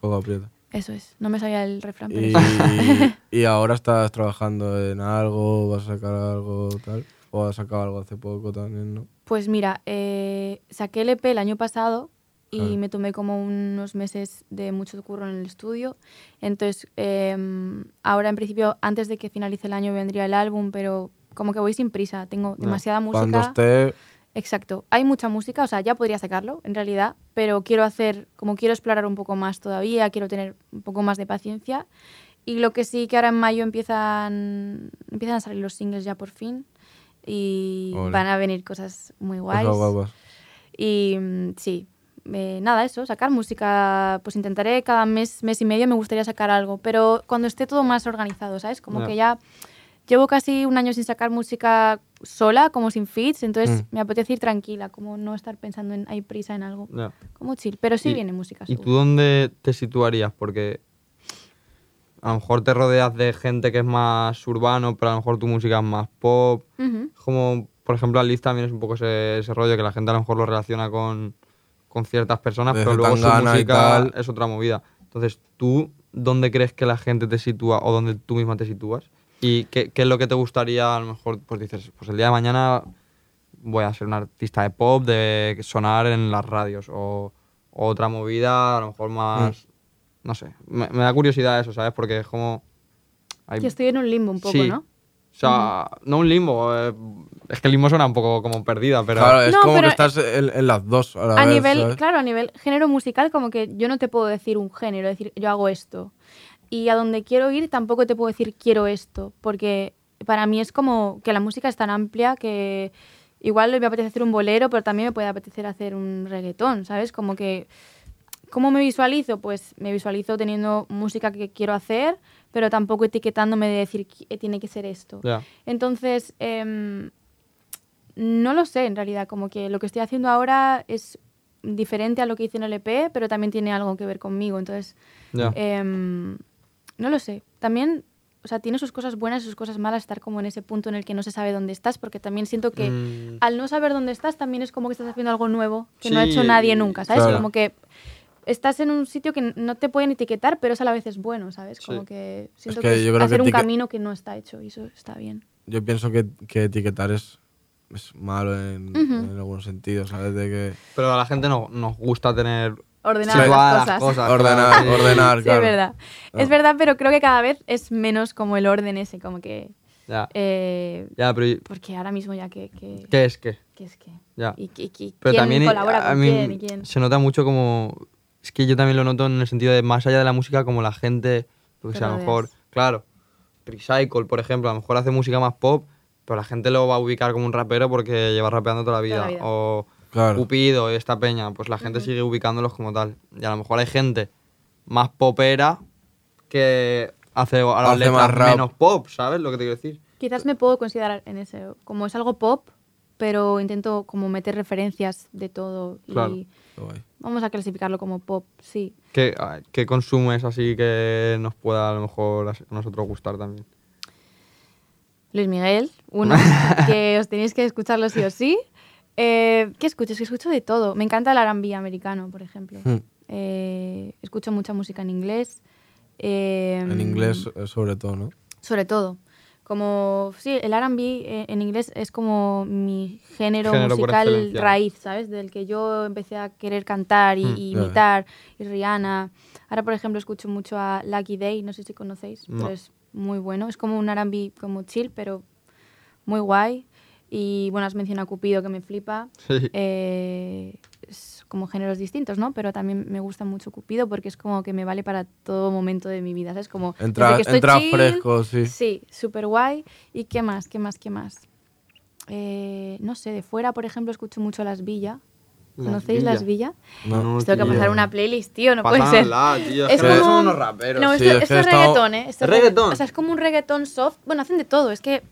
Poco aprieta. Eso es, no me sabía el refrán. pero Y, sí. y ahora estás trabajando en algo, vas a sacar algo tal. O has sacado algo hace poco también, ¿no? Pues mira, eh, saqué el EP el año pasado y Claro. me tomé como unos meses de mucho curro en el estudio. Entonces, em, ahora en principio, antes de que finalice el año vendría el álbum, pero como que voy sin prisa, tengo demasiada Cuando música. esté, Exacto, hay mucha música, o sea, ya podría sacarlo en realidad, pero quiero hacer, como quiero explorar un poco más todavía, quiero tener un poco más de paciencia. Y lo que sí que ahora en mayo empiezan, empiezan a salir los singles ya por fin y Ole. van a venir cosas muy guays. cosas guapas. Y mm, sí, eh, nada, eso, sacar música, pues intentaré cada mes, mes y medio me gustaría sacar algo, pero cuando esté todo más organizado, ¿sabes? Como Ya. que ya llevo casi un año sin sacar música sola, como sin fits, entonces Mm. me apetece ir tranquila, como no estar pensando en hay prisa en algo, Ya. como chill, pero sí Y- viene música. ¿Y seguro. tú dónde te situarías? Porque a lo mejor te rodeas de gente que es más urbano, pero a lo mejor tu música es más pop. Ujú. Como, por ejemplo, Alice también es un poco ese, ese rollo que la gente a lo mejor lo relaciona con, con ciertas personas, Desde pero luego su Tangana y música tal. es otra movida. Entonces, ¿tú dónde crees que la gente te sitúa o dónde tú misma te sitúas? ¿Y qué, qué es lo que te gustaría? A lo mejor, pues dices, pues el día de mañana voy a ser un artista de pop, de sonar en las radios o, o otra movida, a lo mejor más... Mm. No sé, me, me da curiosidad eso, ¿sabes? Porque es como... hay- Que estoy en un limbo un poco, Sí. ¿no? o sea, no un limbo. eh, es que el limbo suena un poco como perdida, pero. Claro, es No, como que pero- eh, estás en, en las dos a la a vez, nivel, ¿sabes? claro, a nivel género musical, como que yo no te puedo decir un género, decir yo hago esto. Y a donde quiero ir tampoco te puedo decir quiero esto, porque para mí es como que la música es tan amplia que igual me apetece hacer un bolero, pero también me puede apetecer hacer un reggaetón, ¿sabes? Como que ¿Cómo me visualizo? Pues me visualizo teniendo música que quiero hacer, pero tampoco etiquetándome de decir que tiene que ser esto. Ya. Entonces, em, no lo sé en realidad, como que lo que estoy haciendo ahora es diferente a lo que hice en el EP, pero también tiene algo que ver conmigo. Entonces, Ya. em, no lo sé. También, o sea, tiene sus cosas buenas y sus cosas malas estar como en ese punto en el que no se sabe dónde estás, porque también siento que Mm. al no saber dónde estás también es como que estás haciendo algo nuevo que no ha Sí, hecho nadie y- nunca, ¿sabes? claro. Como que estás en un sitio que n- no te pueden etiquetar, pero eso a la vez es bueno, ¿sabes? Sí. Como que siento que que, es yo creo que hacer un etiquet- camino que no está hecho y eso está bien. Yo pienso que, que etiquetar es, es malo en, Ujú. en algunos sentidos, ¿sabes? De que Pero a la gente no, nos gusta tener. Ordenar Sí. las situadas cosas. ordenar, Sí. ordenar, Sí, es claro. verdad. Es Ah. verdad, pero creo que cada vez es menos como el orden ese, como que... Ya. eh, Ya, pero. y- porque ahora mismo ya que... que- ¿Qué es qué? que es que... Ya. Y, que- y que- Pero quién también. colabora a con mí quién y quién. Se nota mucho como. Es que yo también lo noto en el sentido de más allá de la música, como la gente. Porque Te a lo rodeas. mejor. Claro. Recycle, por ejemplo, a lo mejor hace música más pop, pero la gente lo va a ubicar como un rapero porque lleva rapeando toda la vida. la vida. O. Claro. Cupido y esta peña, pues la gente sigue ubicándolos como tal. Y a lo mejor hay gente más popera que hace a las Hace más letras rap. menos pop, ¿sabes lo que te quiero decir? Quizás me puedo considerar en ese, como es algo pop, pero intento como meter referencias de todo y Claro. Qué guay. vamos a clasificarlo como pop, sí. ¿Qué, a- qué Eh, consumes así que nos pueda a lo mejor a a nosotros gustar también? Luis Miguel, uno, que os tenéis que escucharlo sí o sí. Eh, ¿Qué escucho? Es que escucho de todo. Me encanta el R&B americano, por ejemplo. Hmm. Eh, escucho mucha música en inglés. eh, En inglés, eh, sobre todo, ¿no? Sobre todo. Como, sí, el R&B eh, en inglés es como mi género, Género por musical excelencia. raíz, ¿sabes? Del que yo empecé a querer cantar y, Mm, y ya, ya. imitar, y Rihanna. Ahora, por ejemplo, escucho mucho a Lucky Day, no sé si conocéis, No. pero es muy bueno. Es como un R&B como chill, pero muy guay. Y, bueno, has mencionado a Cupido, que me flipa. Sí. Eh, es como géneros distintos, ¿no? Pero también me gusta mucho Cupido porque es como que me vale para todo momento de mi vida, ¿sabes? Como desde Entra, que estoy entra chill, fresco, sí. Sí, súper guay. ¿Y qué más? ¿Qué más? ¿Qué más? Eh, no sé, de fuera, por ejemplo, escucho mucho Las Villa. ¿Conocéis Las Villa? No, No, Os tengo que tío. pasar una playlist, tío, no puede ser. Pásamela, tío, Es que como son un- unos raperos. no, sí, esto, es esto que es estamos- reggaetón, ¿eh? Esto ¿Es reggaetón? O sea, es como un reggaetón soft. Bueno, hacen de todo. Es que,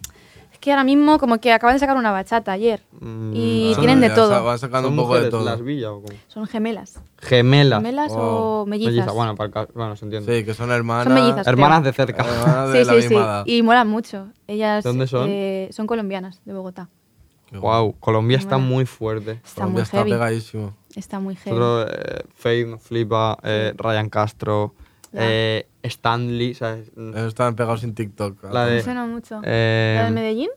es que ahora mismo como que acaban de sacar una bachata ayer. Mm, Y Son- tienen de ya sa- todo. Van sacando ¿Son un poco de mujeres todo. las villas o cómo? Son gemelas. Gemelas. Oh, ¿Gemelas Wow. o mellizas? Mellizas, bueno, para el ca- bueno, se entiende. Sí, que son hermanas. Son mellizas. Hermanas de creo. cerca. hermanas de Sí, la sí, sí. misma edad. Y molan mucho. Ellas ¿Dónde son? eh, son colombianas, de Bogotá. Qué guay. Wow, Colombia está Bueno. muy fuerte. Está Colombia muy está heavy. pegadísimo. Está muy heavy. Nosotros, eh, Faith nos flipa, eh, Ryan Castro, Ya. eh, Stanley, ¿sabes? Ellos estaban pegados sin TikTok. La de- Me suena mucho. Eh, ¿La de Medellín?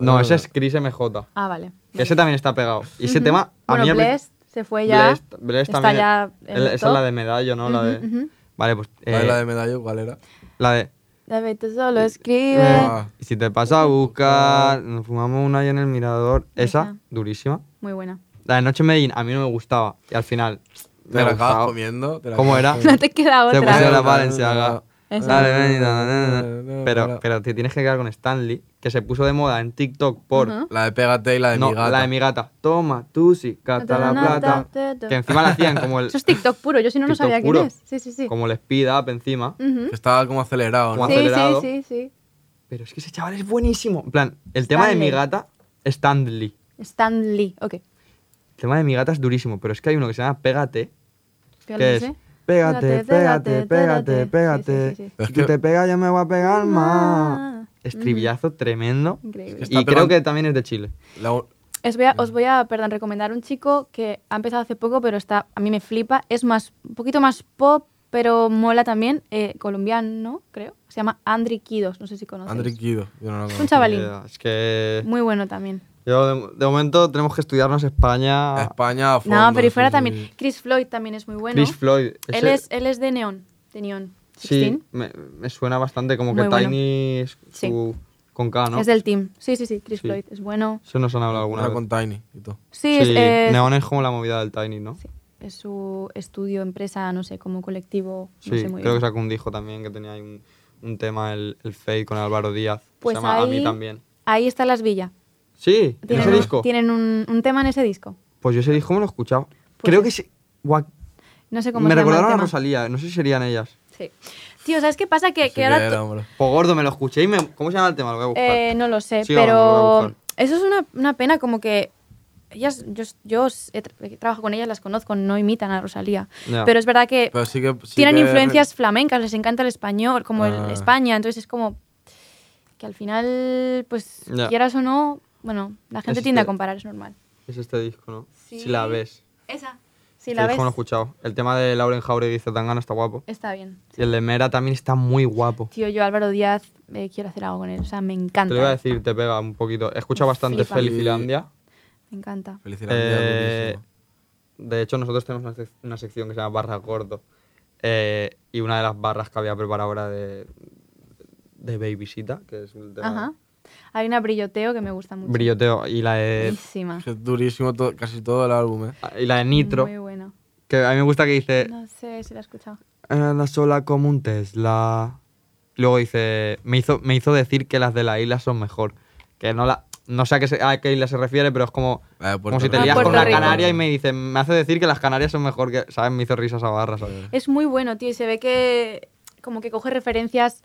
no, ese es Chris MJ. Ah, vale. que Ese también está pegado. Y ese tema, a bueno, mí al pri- Blessed se fue ya. Blessed- Blessed está también. eh, ya en El- el esa es la top. de medallo, ¿no? La de. Ujú, ujú. Vale, pues. La de- eh, la de medallo, ¿cuál era? la de. David, tú Eh, solo escribe. Ah. Si te pasa a buscar. Nos fumamos una ahí en el mirador. Esa, Esa. durísima. Muy buena. La de Noche en Medellín, a mí no me gustaba. Y al final. Te Me la acabas gustaba. comiendo. te la ¿Cómo acabas era? comiendo. No te queda eh, Se pusieron otra. la Valenciaga. Eso. Dale, ven, da, da, da, Eh, da. Pero, pero te tienes que quedar con Stanley, que se puso de moda en TikTok por. Ujú. La de Pégate y la de no, mi gata. la de mi gata. Toma, tú sí, cata la plata. Que encima la hacían como el. Eso es TikTok puro. Yo si no, no TikTok sabía quién puro. es. Sí, sí, sí. Como el speed up encima. Ujú. Que estaba como acelerado, ¿no? Como ¿Mm? Sí, acelerado. sí, sí, sí. Pero es que ese chaval es buenísimo. En plan, el tema de mi Stanley. gata, Stanley. Stan Lee. Ok. El tema de mi gata es durísimo, pero es que hay uno que se llama Pégate. Fíjate, que no es sé. Pégate, pégate, pégate, pégate. Sí, sí, sí, Es Si que- tú te pegas, ya me voy a pegar más. Más. Estribillazo tremendo. sí. Increíble. Está Y creo pegando- que también es de Chile. La u- Os voy, a, os voy a, perdón, recomendar un chico que ha empezado hace poco, pero está, a mí me flipa. Es más, un poquito más pop, pero mola también. eh, colombiano, creo. Se llama Andri Kidos, no sé si conocéis. Andri Kido. Yo no la Es conozco. un chavalín. Eh, Es que. Muy bueno también. Yo, de, de momento tenemos que estudiarnos España. España a no, fondo, pero y fuera sí, también. sí. Chris Floyd también es muy bueno. Chris Floyd. Él ese- es, él es de Neon. De Neon. Sí, 16. me, me suena bastante como Muy que bueno. Tiny es Sí. su- con K, ¿no? Es del team. Sí, sí, sí. Chris Sí. Floyd es bueno. Eso nos han hablado alguna Una vez. Ah, con Tiny y todo. Sí, es, es- Neon es como la movida del Tiny, ¿no? sí, es su estudio, empresa, no sé, como colectivo. Sí, no sé muy creo que bien. sacó un disco también que tenía ahí un, un tema, el, el Fade con Álvaro Díaz. que Pues se llama A mí ahí- también. Ahí está Las Villas. Sí, en Tienen, ese un- disco. tienen un, un tema en ese disco. Pues yo ese disco me lo he escuchado. creo es- que sí. Guau, Pues No sé cómo me se llama el recordaron a tema. Rosalía, no sé si serían ellas. Sí. Tío, ¿sabes qué pasa? Que, Sí que que ahora... era, to- hombre. Po gordo, me lo escuché y me. ¿Cómo se llama el tema? Lo voy a buscar. Eh, no lo sé, Sí, ahora lo voy a pero buscar. eso es una, una pena como que... Ellas, yo, yo he tra- trabajo con ellas, las conozco, no imitan a Rosalía. Ya. Pero es verdad que Pero Pues sí que. sí tienen que- influencias flamencas, les encanta el español, como el- Ah. España, entonces es como que al final, pues Ya. quieras o no, bueno, la gente Es tiende a este- comparar, es normal. Es este disco, ¿no? Sí. Si la ves. Esa, si Este disco la ves, me lo he escuchado. El tema de Lauren Jauregui y Zetangana está guapo. está bien. Y el de Mera también está muy guapo. Tío, yo Álvaro Díaz, eh, quiero hacer algo con él, o sea, me Te encanta. lo iba a decir, te pega un poquito. He escuchado bastante Flipa. Felicilandia. Me encanta. Felicidades, Eh, durísimo. de hecho, nosotros tenemos una, sec- una sección que se llama Barra Gordo. Eh, y una de las barras que había preparado ahora de, de Babysita, que es el tema Ajá. Hay una brilloteo que me gusta de mucho. Brilloteo. Y la de, Buenísima. Es que es durísimo todo- casi todo el álbum, ¿eh? y la de Nitro, Muy buena. que a mí me gusta que dice... No sé si la he escuchado. Anda Eh, sola como un Tesla. Luego dice, me hizo, me hizo decir que las de la isla son mejor. Que no la... No sé a qué, se- a qué isla se refiere, pero es como... La de Puerto Como si te Rico. lías Ah, con Puerto una Rico. canaria y me dice, me hace decir que las canarias son mejor que... ¿Sabes? Me hizo risas a barras. ¿sabes? Es muy bueno, tío, y se ve que como que coge referencias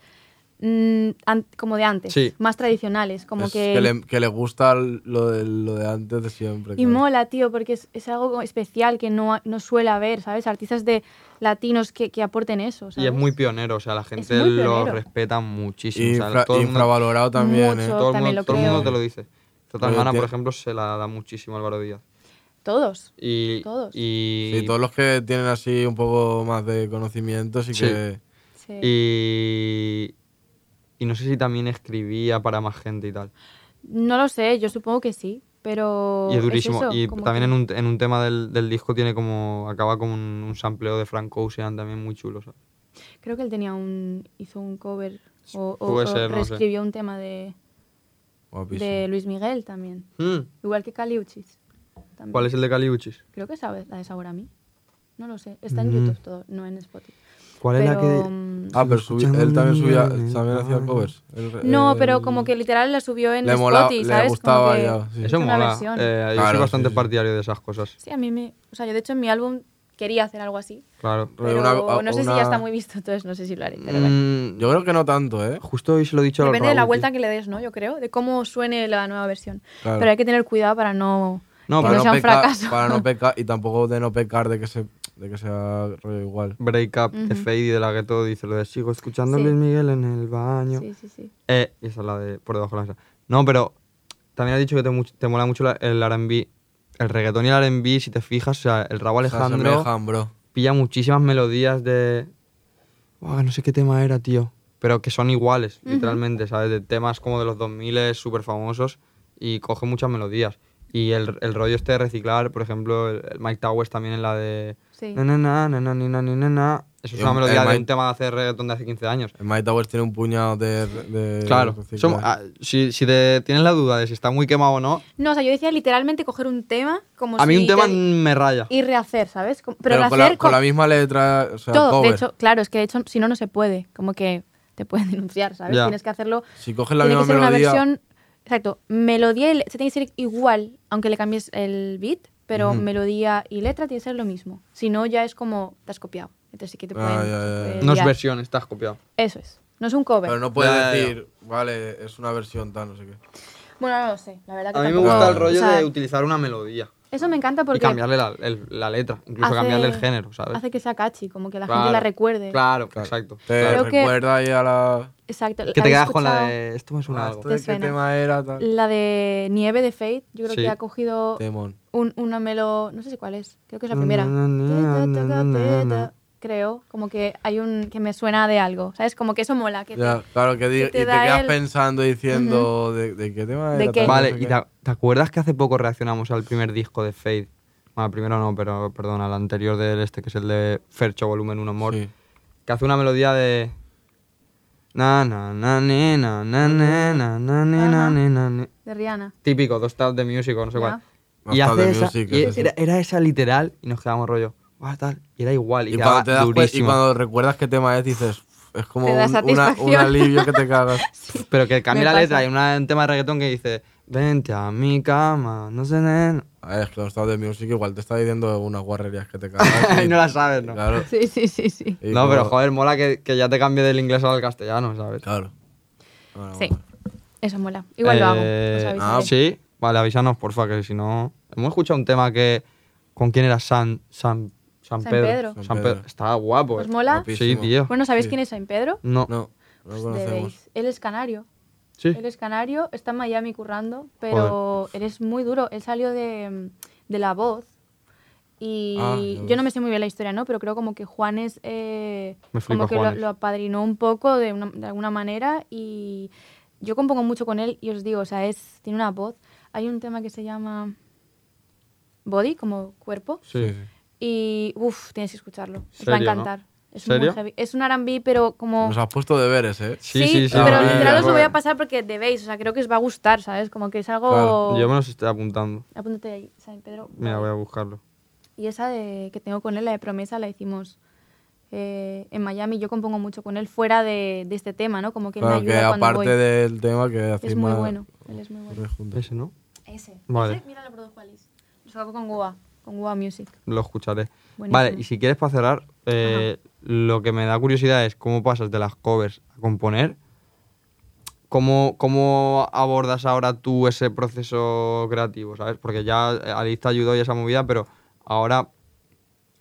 mm, mm, an- como de antes, Sí. em-, más tradicionales, como Es que... le, que le gusta lo de, lo de antes de siempre. Y claro. mola, tío, porque es, es algo como especial que no, no suele haber, ¿sabes? Artistas de latinos que, que aporten eso, Y ¿sabes? es muy pionero, o sea, la gente muy lo pionero. respeta muchísimo. Y o sea, infra- todo el mundo- infravalorado también, Mucho. ¿eh? todo el También mundo, lo todo el creo. mundo te lo dice. Total Bueno, Mana, por tiene- ejemplo, se la da muchísimo a Álvaro Díaz. Todos. Y, Todos. Y, Sí, todos los que tienen así un poco más de conocimiento, sí, Sí. que. Sí. y, y no sé si también escribía para más gente y tal. No lo sé, yo supongo que sí, pero... Y es durísimo. eso, y como también que- en un, en un tema del, del disco tiene como. acaba con un, un sampleo de Frank Ocean también muy chulo. ¿sabes? Creo que él tenía un... hizo un cover o, o- Puede o ser, no sé. reescribió un tema de, Guapísimo. de Luis Miguel también. Hmm. Mm, Igual que Caliuchis. también. ¿Cuál es el de Caliuchis? Creo que sabe la de Sabor a mí. No lo sé. Está en YouTube todo, no en Spotify. ¿Cuál pero, es la que.? mm, Ah, pero subi- Escuchando él también subía, mi también hacía alma. covers. eh, Él- No, él- pero como que literal la subió en le Spotify, molaba- le ¿sabes? Como gustaba que- ya, sí. Eso una mola. versión. eh, yo soy Claro, bastante sí, sí. partidario de esas cosas. Sí, a mí me... O sea, yo de hecho en mi álbum quería hacer algo así. Claro. Pero Una- no sé si una- ya está muy visto, entonces no sé si lo haré. Pero bueno. Mm, Yo creo que no tanto, ¿eh? Justo hoy se lo he dicho a Depende de la Raúl, vuelta tío. que le des, ¿no? Yo creo, de cómo suene la nueva versión. Claro. Pero hay que tener cuidado para no... No, que para no sea un pecar, fracaso. para no pecar y tampoco de no pecar de que se de que sea rollo igual. Break Up de Ujú. Fade y de la Ghetto dice lo de sigo escuchando a Sí. Luis Miguel en el baño. Sí, sí, sí. Eh, y esa es la de por debajo de la mesa. No, pero también has dicho que te, mu- te mola mucho la- el R&B. El reggaetón y el R&B, si te fijas, o sea, el Raúl O sea, se Alejandro asemejan, bro. pilla muchísimas melodías de... Buah, no sé qué tema era, tío. Pero que son iguales, literalmente, ¿sabes? De temas como de los 2000 súper famosos y coge muchas melodías. Y el, el rollo este de reciclar, por ejemplo, el, el Mike Towers también en la de... Sí. Na, na, na, na, na, ni, na, ni, na, na. Eso es Y una un- el melodía de un Mike- tema de hace reggaetón de hace 15 años. El Mike Towers tiene un puñado de, de Claro, Eh, reciclar. somos- ah, si, si te tienes la duda de si está muy quemado o no, No, o sea, yo decía literalmente coger un tema como a mí si un tema te- me raya. y rehacer, ¿sabes? Com- Pero, pero con la, rehacer con la con misma letra, o sea, todo. cover. De hecho, claro, es que de hecho si no no se puede, como que te pueden denunciar, ¿sabes? Ya. Tienes que hacerlo. si coges la tiene misma que ser melodía, una versión, exacto, melodía y le- se tiene que ser igual, aunque le cambies el beat, pero melodía y letra tiene que ser lo mismo. Si no ya es como te has copiado. Entonces sí que te Ah, pueden. ya, te ya, ya. puede No es liar. versión, estás copiado. Eso es. No es un cover. pero no puedes Ya, ya, ya. decir, vale, es una versión tal, no sé qué. Bueno, no lo sé, la verdad que A mí me tampoco- gusta el Ah. rollo o sea, de utilizar una melodía Eso me encanta porque y cambiarle la, el- la letra, incluso hace- cambiarle el género, ¿sabes? Hace que sea catchy, como que la Claro, gente la recuerde. Claro, Claro. exacto. Te claro. Creo que- recuerda ahí a la Exacto. Que te ¿habéis quedas con la escuchado de... Esto me suena ah, a esto algo. de Te qué suena. tema era tal. La de Nieve de Fate, yo creo Sí. que ha cogido Temón. un, una melo, no sé si cuál es, creo que es la Na, primera. na, na, na, na, na, na. Creo, como que hay un que me suena de algo, ¿sabes? Como que eso mola, que te- Ya, claro, que, di- que te y te da quedas el- pensando diciendo de, de qué tema ¿De era qué? tal, no Vale, sé ¿y qué. te, te acuerdas que hace poco reaccionamos al primer disco de Fade? Bueno, al primero no, pero perdón, al anterior del este, que es el de Fercho Volumen 1 More. Sí. que hace una melodía de na na na ne, na na ne, na na ne, na Ajá. ne, na, ne. de Rihanna. típico dos tabs de music o no sé Ya. cuál Dos y tabs de hace esa music, y eso sí. era, era esa literal y nos quedamos rollo "Buah, tal", y era igual y, Y quedaba cuando, te das cuen- y durísimo cuando recuerdas qué tema es, dices, es como Te da un, una- un satisfacción. alivio que te cagas. pero que cambia Me la letra pasa. hay una- un tema de reggaetón que dice vente a mi cama no sé nen A ver, es que los estados de music igual te está diciendo unas guarrerías que te cagas. y no la sabes no Claro. Sí, sí, sí, sí. Y no como- pero joder mola que, que ya te cambie del inglés al castellano sabes Claro. Bueno, Sí, bueno. eso mola. Igual lo hago. os Eh, Ah, avisaré. sí, vale, avísanos, porfa, que si no. Hemos escuchado un tema que. ¿Con quién era? San, San, San, San Pedro. Pedro. San San Pedro. Pedro. Estaba guapo. ¿Os eh. mola? Guapísimo. Sí, tío. Bueno, ¿sabéis Sí. quién es San Pedro? No. No, no Pues lo conocemos. Debéis. Él es canario. Sí. Él es canario, está en Miami currando, pero él es muy duro. Él salió de, de La Voz y Ah, ya yo no ves. me sé muy bien la historia, ¿no? Pero creo como que Juanes eh, Me flipa como que lo, Juanes. lo apadrinó un poco de, una- de alguna manera y yo compongo mucho con él y os digo, o sea, es, tiene una voz. Hay un tema que se llama Body, como cuerpo, Sí. y uff, tienes que escucharlo. Os va Serio, a ¿no? encantar. Es, ¿Serio? muy heavy. es un R&B, pero como... Nos has puesto deberes, ¿eh? Sí, Oh. Sí, sí, sí. pero Ah, literal mira, os lo voy bueno. a pasar porque debéis, o sea, creo que os va a gustar, ¿sabes? Como que es algo... Claro, Yo me los estoy apuntando. Apúntate ahí, San Pedro. Mira, voy a buscarlo. Y esa de, que tengo con él, la de promesa, la hicimos eh, en Miami. Yo compongo mucho con él fuera de, de este tema, ¿no? Como que él Claro, me que ayuda cuando aparte voy. del tema que hacéis Es muy más- bueno, él es muy bueno. juntos. Ese, ¿no? Ese. Vale. Ese, mira, lo produjo Alice. Lo sacó con Goa, con Goa Music. Lo escucharé. Buenísimo. Vale, y si quieres para cerrar, eh, lo que me da curiosidad es cómo pasas de las covers a componer ¿Cómo, ¿Cómo abordas ahora tú ese proceso creativo? ¿Sabes? Porque ya Alice te ayudó y esa movida, pero ahora,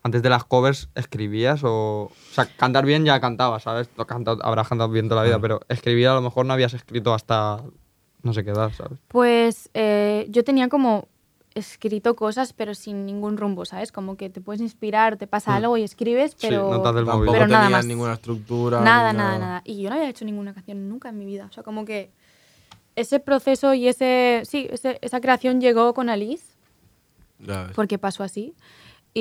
antes de las covers, ¿escribías o...? O sea, cantar bien ya cantabas, ¿sabes? No canta- habrás cantado bien toda la vida, pero escribir a lo mejor no habías escrito hasta no sé qué edad, ¿sabes? Pues eh, yo tenía como escrito cosas, pero sin ningún rumbo, ¿sabes? Como que te puetes inspirar, te pasa algo y escribes, Mm. Sí, pero notas del móvil. Tampoco Pero nada tenían más. ninguna estructura. ni nada, nada, nada. Y yo no había hecho ninguna canción nunca en mi vida. O sea, como que ese proceso y ese, sí, ese- esa creación llegó con Alice, Ya Pues ves. porque pasó así.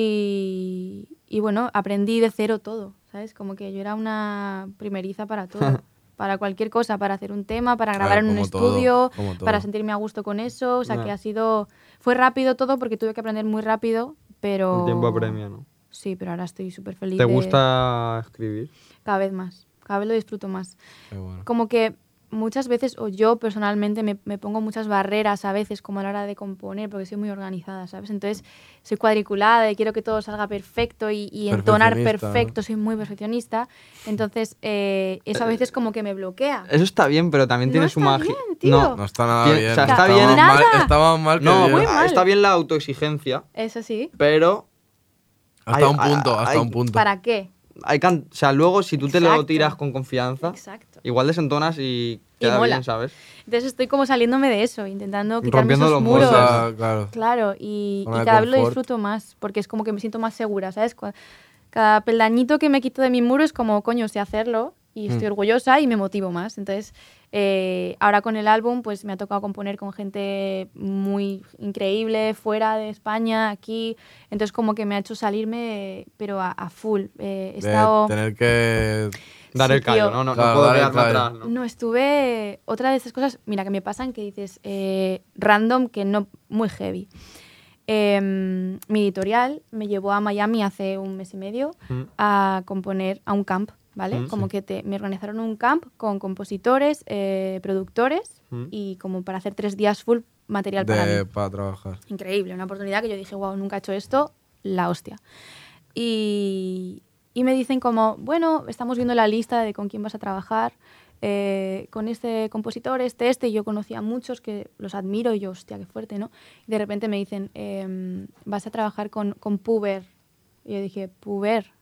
Y, y bueno, aprendí de cero todo, ¿sabes? Como que yo era una primeriza para todo. Para cualquier cosa, para hacer un tema, para Claro, grabar en un como todo, estudio, como todo. para sentirme a gusto con eso. O sea, Ya. que ha sido. Fue rápido todo porque tuve que aprender muy rápido, pero. El tiempo apremia, ¿no? Sí, pero ahora estoy súper feliz. ¿Te de- gusta escribir? Cada vez más. Cada vez lo disfruto más Qué bueno. como que muchas veces, o yo personalmente me, me pongo muchas barreras a veces, como a la hora de componer, porque soy muy organizada, ¿sabes? Entonces soy cuadriculada y quiero que todo salga perfecto y, y entonar Perfeccionista, ¿no? perfecto, soy muy perfeccionista. Entonces eh, eso a veces como que me bloquea. Eso está bien, pero también No tiene su está magia. bien, tío. No, No está nada Bien, bien. o sea, no está estaba bien. Mal, Nada. estaba mal que No, bien. muy mal. está bien la autoexigencia, Eso sí. pero Hasta Ay, un punto, ay, hasta un punto. ¿Para qué? hay can- o sea, luego si tú te lo Exacto. tiras con confianza, Exacto. igual desentonas y queda mola. bien, ¿sabes? Entonces estoy como saliéndome de eso, intentando quitarme Rompiendo esos los O muros. muros. sea, claro. Claro, y, Zona y de cada vez lo confort. disfruto más, porque es como que me siento más segura, ¿sabes? Cua- Cada peldañito que me quito de mi muro es como, coño, sé hacerlo y Hmm. estoy orgullosa y me motivo más. Entonces, eh, ahora con el álbum, pues me ha tocado componer con gente muy increíble, fuera de España, aquí. Entonces, como que me ha hecho salirme, pero a, a full. Eh, he De estado... tener que. Dar Sí, el callo, tío. ¿no? No, no Claro, puedo dar el quedarme callo. atrás, ¿no? No, estuve. Otra de esas cosas, mira, que me pasan que dices eh, random, que no. Muy heavy. Em, mi editorial me llevó a Miami hace un mes y medio Mm. a componer a un camp, ¿vale? Mm, como que te- me organizaron un camp con compositores, eh, productores Mm. y como para hacer tres días full material para mí De, para trabajar. increíble, una oportunidad que yo dije, wow, nunca he hecho esto, la hostia. Y, y me dicen como, bueno, estamos viendo la lista de con quién vas a trabajar, eh, con este compositor, este, este, y yo conocía a muchos que los admiro y yo, hostia, qué fuerte, ¿no? Y de repente me dicen, em, vas a trabajar con, con Puber. Y yo dije, Puber.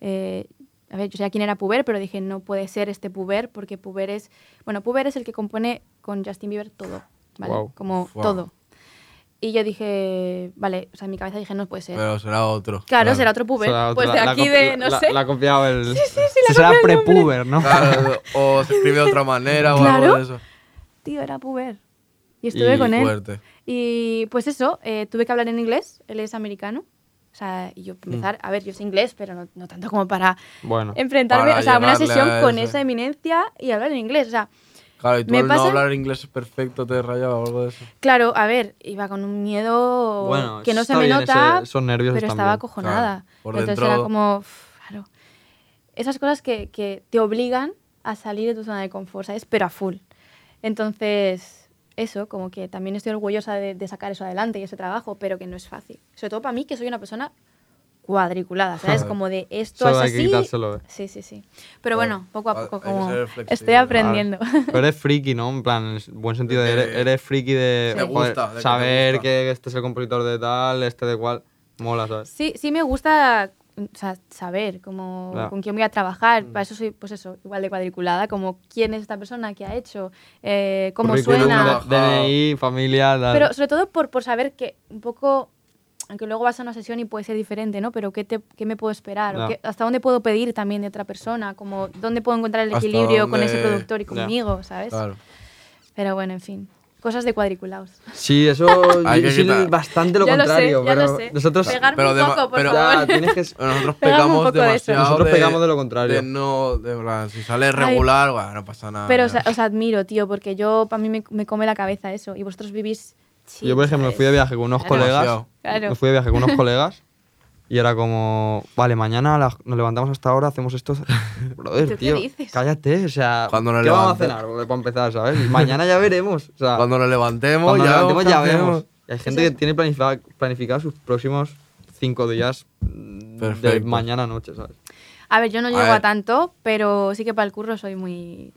Eh, a ver, yo sabía quién era Puber, pero dije, no puede ser este Puber, porque Puber es, bueno, Puber es el que compone con Justin Bieber todo, ¿vale? Guau. Como Guau. todo. Y yo dije, vale, o sea, en mi cabeza dije, no puede ser. Pero será otro. claro, será otro puber. Será pues otra- de la aquí conf- de, no la- sé. La ha confiado el... Sí, sí, la ha Será copiado el nombre. prepuber, ¿no? Claro, o se escribe de otra manera o algo Claro. de eso. Tío, era puber. Y estuve Y con él. fuerte. Y pues eso, eh, tuve que hablar en inglés, él es americano. O sea, y yo empezar, Mm. a ver, yo sé inglés, pero no, no tanto como para Bueno, enfrentarme, Para o sea, una llegarle a sesión con ese. esa eminencia y hablar en inglés. O sea, Claro, y tú Me al pasa- no hablar inglés perfecto te rayaba o algo de eso. Claro, a ver, iba con un miedo Bueno, que no se está me bien nota, ese- esos nervios pero están estaba bien. acojonada. Claro, por Entonces dentro- era como, uf, claro. Esas cosas que, que te obligan a salir de tu zona de confort, ¿sabes? Pero a full. Entonces, eso, como que también estoy orgullosa de, de sacar eso adelante y ese trabajo, pero que no es fácil. Sobre todo para mí, que soy una persona cuadriculada, ¿sabes? Como de esto Solo es hay que así. quitárselo, eh. Ah, Sí, sí, sí. Claro. Pero bueno, poco Hay- a poco, hay que como ser flexible. estoy aprendiendo. Pero eres friki, ¿no? En plan, en el buen sentido de... De que- Eres, eres friki de... Te joder, gusta, de que te saber gusta. que este es el compositor de tal, este de cual. Mola, ¿sabes? Sí, sí me gusta mm, o sea, saber como Claro. Mm. con quién voy a trabajar. Para eso soy, pues eso, igual de cuadriculada, como quién es esta persona, qué ha hecho, eh, cómo Currículum, suena. trabajo. DNI, familia, tal. Pero sobre todo por, por saber que un poco, aunque luego vas a una sesión y puede ser diferente, ¿no? Pero qué, te, qué me puedo esperar, o Ya. qué- hasta dónde puedo pedir también de otra persona, como dónde puedo encontrar el Hasta equilibrio con ese dónde- productor y Ya. conmigo, ¿sabes? Claro. Pero bueno, en fin, cosas de cuadriculados. Sí, eso Hay yo que soy quitar. bastante lo ya contrario, lo sé, ya pero lo sé. nosotros Pegarme pero un de ma- poco, por pero- favor. ya, tienes que Bueno, Nosotros Pegamos un pegamos poco de eso. demasiado. Nosotros de- pegamos de lo contrario. de no, de verdad, si sale regular, bueno, no pasa nada. Pero Ah. ya. os, os admiro, tío, porque yo, para mí me, me come la cabeza eso. Y vosotros vivís. chill, Yo, por ejemplo, me ¿sabes? fui de viaje con unos Claro. colegas. Demasiado. Claro. Me fui de viaje con unos colegas. Y era como, vale, mañana a las- nos levantamos hasta ahora, hacemos esto. Brother, ¿Tú qué tío, dices? cállate, o sea, Cuando nos ¿qué vamos a levante- cenar? Porque Para empezar, ¿sabes? Y mañana ya veremos. O sea, Cuando lo levantemos, Ah. cuando ya, nos levantemos ya hacemos. vemos. Y hay gente que tiene planificado, planificado sus próximos cinco días mm, de Perfecto. mañana a noche, ¿sabes? A ver, yo no llego a, ver. tanto, pero sí que para el curro soy muy.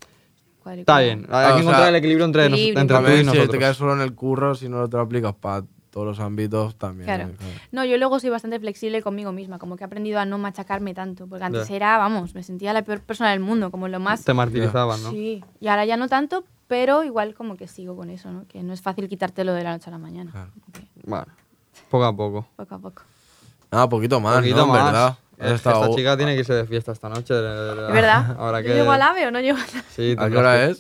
Está bien, hay Ah, o que encontrar sea, el equilibrio entre, nos- equilibrio. entre tú También y si nosotros. te quedas solo en el curro, si no te lo aplicas para todos los ámbitos, también. Claro. ¿eh? No, yo luego soy bastante flexible conmigo misma, como que he aprendido a no machacarme tanto, porque antes Ya. era, vamos, me sentía la peor persona del mundo, como lo más... Te martirizaban, ¿no? Sí, y ahora ya no tanto, pero igual como que sigo con eso, ¿no? Que no es fácil quitártelo de la noche a la mañana. Claro. Que Bueno, poco a poco. Poco a poco. Ah, poquito más, Poquito ¿no? En más. ¿Verdad? Es Has que estado- Esta chica tiene que irse de fiesta esta noche. de verdad. ¿Es verdad? Ahora ¿Yo que... llego al AVE o no llego al AVE? Sí, ¿A qué hora es?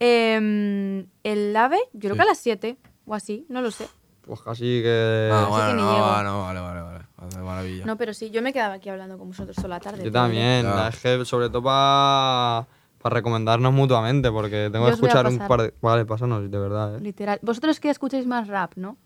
Em, el AVE, yo creo Sí. que a las 7 o así, no lo sé. Pues casi que... ah, sé bueno, que ni no, llego. va, no, vale, vale, vale. Hace maravilla. No, pero sí, yo me quedaba aquí hablando con vosotros toda la tarde. Yo también, Ya. la es que sobre todo para recomendarnos mutuamente, porque tengo Yo que os voy a escuchar un pasar. par de... Vale, pásanos, de verdad. ¿eh? Literal. Vosotros que escucháis más rap, ¿no?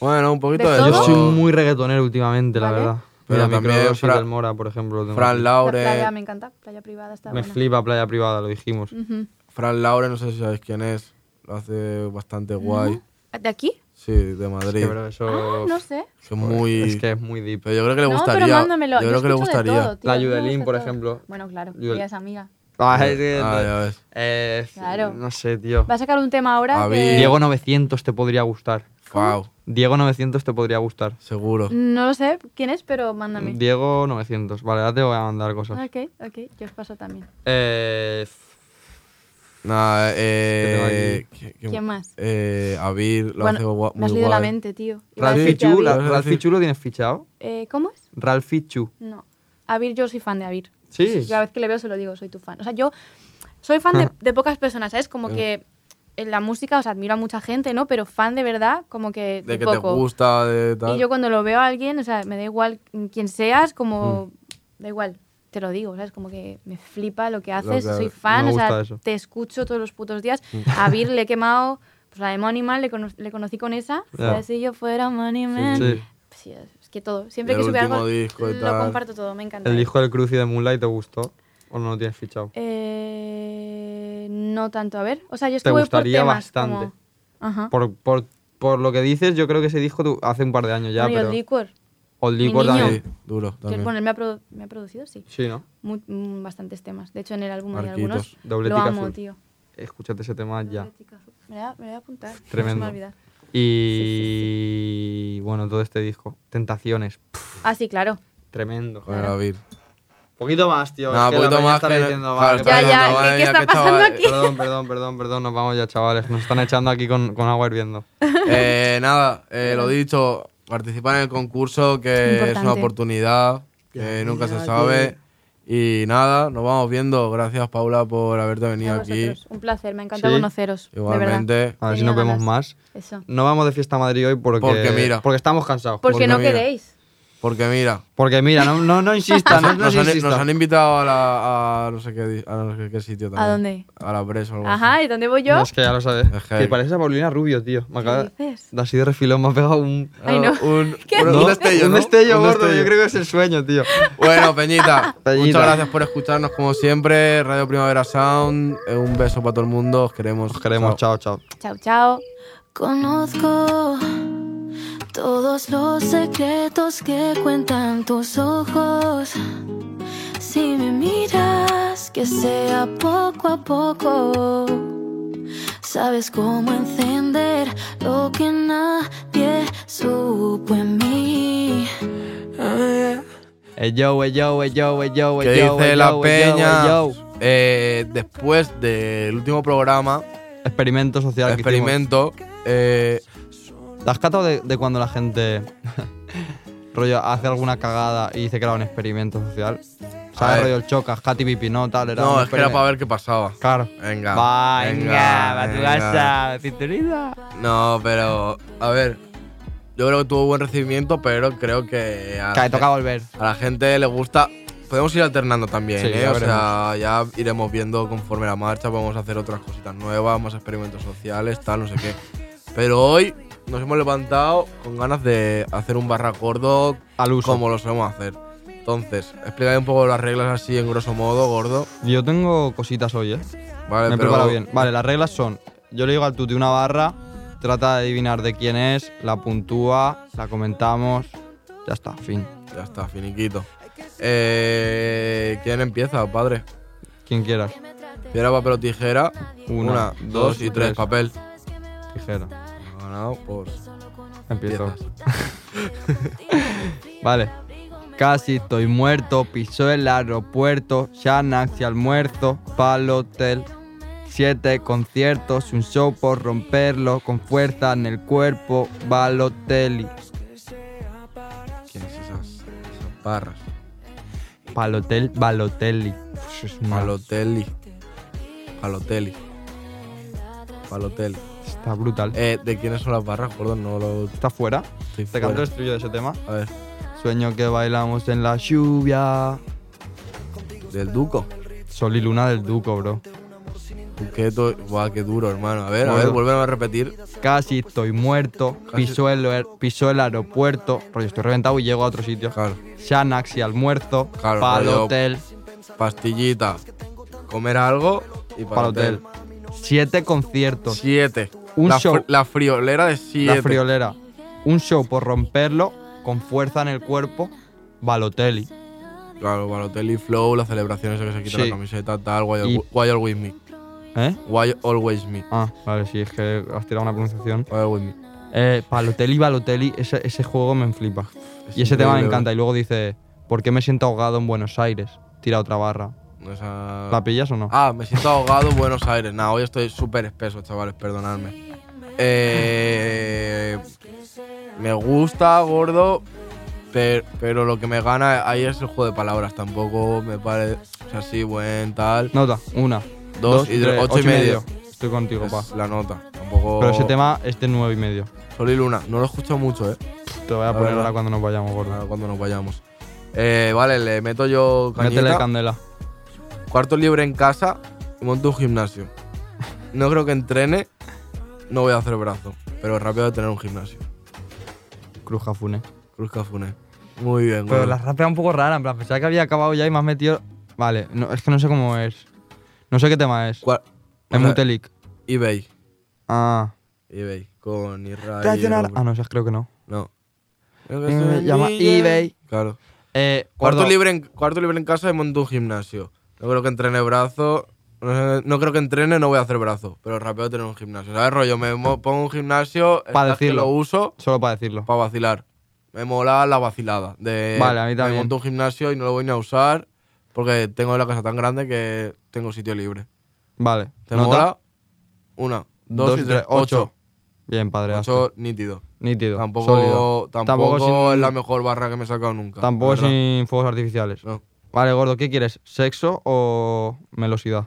Bueno, un poquito ¿De de todo? Yo todo. soy muy reggaetonero últimamente, la Vale. verdad. Oh. Pero Mira, también Microdosis Fra- del Mora, por ejemplo. lo tengo aquí. Fran Laure. La playa me encanta, playa privada está Me buena. flipa Playa Privada, lo dijimos. Ujú. Fran Laure, no sé si sabéis quién es. Lo hace bastante guay. Ah, ¿De aquí? Sí, de Es Madrid. que, pero eso... Ah, no sé. Que es muy. Es que es muy deep. Pero yo creo que le No, gustaría. pero mándamelo. Yo creo que le escucho de gustaría. todo, tío, La a mí me Yudelín, gusta por todo. ejemplo. Bueno, claro, Yudel- ella es amiga. Ah, es que- Ah, ya ves. eh, Claro. No sé, tío. Va a sacar un tema ahora A que... ver. Diego 900 te podría gustar. Wow, Diego 900 te podría gustar. seguro. No lo sé quién es, pero mándame. Diego 900. Vale, ahora te voy a mandar cosas. Ok, ok, yo os paso también. Eh, Nada, que eh. ¿qué- ¿Quién más? Eh, Avir, lo hace gua- me has muy leído la guay. mente, tío. Iba a Ralphie decir que Chu, Avir- la- Ibas a Ralphie decir- Chu lo tienes fichado. Eh, ¿Cómo es? Ralphie Chu. No. Avir, yo soy fan de Avir. Sí. Cada vez que le veo se lo digo, soy tu fan. O sea, yo soy fan de, de pocas personas, ¿sabes? Como que en la música, o sea, admiro a mucha gente, ¿no? Pero fan de verdad, como De que de que te poco. gusta, de tal. Y yo cuando lo veo a alguien, o sea, me da igual quién seas, como... Da igual, te lo digo, ¿sabes? Como que me flipa lo que haces, que- soy fan, me o sea, gusta eso. te escucho todos los putos días. A Vir le he quemado, pues la de Money Man le, cono- le conocí con esa. Ya. O sea, si yo fuera Money Man... sí. Pues sí, es que todo, siempre El que sube último algo, disco y lo tal. comparto todo, me encanta. El hijo del cruci de Moonlight te gustó o no lo tienes fichado. Eh, no tanto, a ver. O sea, yo es Te que voy gustaría por temas, bastante. como- Ajá. Por, por, por lo que dices, yo creo que ese disco tu- hace un par de años ya, Bueno, y el pero. licor. Old Mi Liquor niño. también. Sí, duro que, también. bueno, él me ha, produ- me ha producido, sí. Sí, ¿no? Mu- mm, bastantes temas. De hecho, en el álbum hay Arquitos. algunos. Doble lo tica amo, azul. tío. Escúchate ese tema ya. Me la, me la voy a apuntar. no se me Tremendo. va a olvidar. Y bueno, todo este disco. Tentaciones. Pff, Ah, sí, claro. tremendo. Con el Avir. Poquito más, tío. Nada, es que la poquito peña más estará que- diciendo, claro, vale, está Ya, vale, ya, diciendo, ¿qué- madre qué mía, está pasando chavales. aquí? Perdón, perdón, perdón, perdón, nos vamos ya, chavales. Nos están echando aquí con, con agua hirviendo. Eh, nada, eh, lo dicho, participar en el concurso que es una Importante. oportunidad que nunca se sabe. Y nada, nos vamos viendo. Gracias, Paula, por haberte venido A aquí. vosotros. Un placer, me encanta Sí. conoceros. de verdad. Igualmente. A ver si Tenía nos vemos ganas. más. Eso. No vamos de fiesta a Madrid hoy porque, Porque mira. porque estamos cansados. Porque no mira. queréis. Porque mira, Porque mira, no, no, no insista, no, no nos, han, insista. nos han invitado a, la, a no sé qué, di- a no sé qué sitio también. dónde? A la presa o algo Ajá, ¿y dónde voy yo? No, es que ya lo sabes. Es que- Que pareces a Paulina Rubio, tío. Me acaba ¿Qué dices? de así de refilón, me ha pegado un... así. Ay, Un, no. Ah, un- ¿Qué un ¿No? destello, Un ¿no? destello, Un gordo. destello. Yo creo que es el sueño, tío. Bueno, Peñita, Peñita. muchas gracias por escucharnos como siempre. Radio Primavera Sound, eh, un beso para todo el mundo. Os queremos. Os queremos, chao, chao. Chao, chao. Conozco todos los secretos que cuentan tus ojos. Si me miras, que sea poco a poco. Sabes cómo encender lo que nadie supo en mí. Ey, Eh, yo, ey, yo, ey, yo, ey, yo, ey, que Pues yo, dice ey, la yo, ey, yo, peña ey, yo. eh, después del último programa Experimento social que experimento eh, hicimos. ¿Te has catado de, de cuando la gente... rollo, hace alguna cagada y dice que era un experimento social? A ver. ¿Sabes? Rollo, el chocas, Katy Pipi, no, tal, era no un es que era experimento. para ver qué pasaba Claro. venga Va, venga, va a tu venga. casa, cinturita. no pero a ver yo creo que tuvo buen recibimiento pero creo que a, Que la, toca volver. a la gente le gusta podemos ir alternando también Sí, ¿eh? ya o sea ya iremos viendo conforme la marcha podemos hacer otras cositas nuevas más experimentos sociales tal no sé qué pero hoy nos hemos levantado con ganas de hacer un barra gordo Al uso. como lo solemos hacer. Entonces, explícame un poco las reglas así en grosso modo, gordo. Yo tengo cositas hoy, ¿eh? Vale, Me he pero preparado bien. Vale, las reglas son: yo le digo al tuti una barra, trata de adivinar de quién es, la puntúa, la comentamos, ya está, fin. Ya está, finiquito. Eh, ¿Quién empieza, padre? Quien quieras. Piedra, papel o tijera. Una, Una, dos y tres. tres. Papel. Tijera. Ha ganado por Empiezo. piezas. Vale. Casi estoy muerto, pisó el aeropuerto, ya nací almuerzo, pal hotel. Siete conciertos, un show por romperlo, con fuerza en el cuerpo, Balotelli. ¿Quién es esas, esas barras? Palotel, Balotelli. Uf, es una- Palotelli. Palotelli. Palotelli. Está brutal. Eh, ¿de quiénes son las barras, Gordon? No lo ¿Está fuera? estoy Te fuera. canto el estribillo de ese tema. A ver, Sueño que bailamos en la lluvia. del Duco. Sol y luna del Duco, bro. Duqueto. Buah, qué duro, hermano. A ver, a ver, Gordo. vuelven a repetir. Casi estoy muerto, Casi- pisó el, aer- pisó el aeropuerto, rollo estoy reventado y llego a otro sitio. Claro. Xanax y almuerzo, Claro, pal rollo- hotel, Pastillita. Comer algo y pal palotel. hotel. Siete conciertos, Siete. Un la, show. fri- la friolera de siete. la friolera, un show por romperlo, con fuerza en el cuerpo, Balotelli. Claro, Balotelli Flow, la celebración esa que se quita Sí. la camiseta, tal, why, Y- al- why always me. ¿Eh? Why always me. Ah, vale, sí, es que has tirado una pronunciación. Why always me. Eh, Balotelli, Balotelli, ese, ese juego me flipa. Es Y ese tema me increíble, encanta. Y luego dice, ¿por qué me siento ahogado en Buenos Aires? Tira otra barra. ¿no? Esa- ¿La pillas o no? Ah, me siento ahogado en Buenos Aires. Nah, hoy estoy súper espeso, chavales, perdonadme. Eh, me gusta, gordo, per- pero, lo que me gana ahí es el juego de palabras. Tampoco me parece. O sea, sí, buen, tal. Nota, una. Dos y tres, ocho y medio. Estoy contigo, pa. Es la nota. Tampoco. Pero ese tema es de nueve y medio. Sol y Luna. No lo he escuchado mucho, eh. Te voy a La poner verdad. ahora cuando nos vayamos, gordo. Ahora cuando nos vayamos. Eh, vale, le meto yo cañita. Métele candela. Cuarto libre en casa y monto un gimnasio. No creo que entrene, no voy a hacer brazo, pero rápido de tener un gimnasio. Cruz Jafune. Cruz Cafune. Muy bien, Pero gordo. la rap era un poco rara, en plan, pensaba que había acabado ya y me has metido. Vale, no, es que no sé cómo es. No sé qué tema es. Cua- Es o sea, Mutelic. eBay. Ah. eBay. Con Israel. Ah, no, esas creo que no. No. Me Eh, llama eBay. Claro. Eh, Cuarto gordo, libre, en, cuarto libre en casa y monto un gimnasio. No creo que entrene brazo. No, sé- no creo que entrene, no voy a hacer brazo. Pero rápido de tener un gimnasio. ¿Sabes, rollo? Me mo- pongo un gimnasio. Pa' estás que decirlo. Lo uso. Solo para decirlo. Para vacilar. Me mola la vacilada. De, Vale, a mí también. Me monto un gimnasio y no lo voy ni a usar porque tengo la casa tan grande que tengo sitio libre. Vale. ¿Te Nota, mola? Una, dos, y tres. Ocho. Bien, padre. Ocho nítido. Nítido. Tampoco, sólido. tampoco, Tampoco sin- es la mejor barra que me he sacado nunca. Tampoco la verdad. sin fuegos artificiales. No. Vale, gordo, ¿qué quieres? ¿Sexo o melosidad?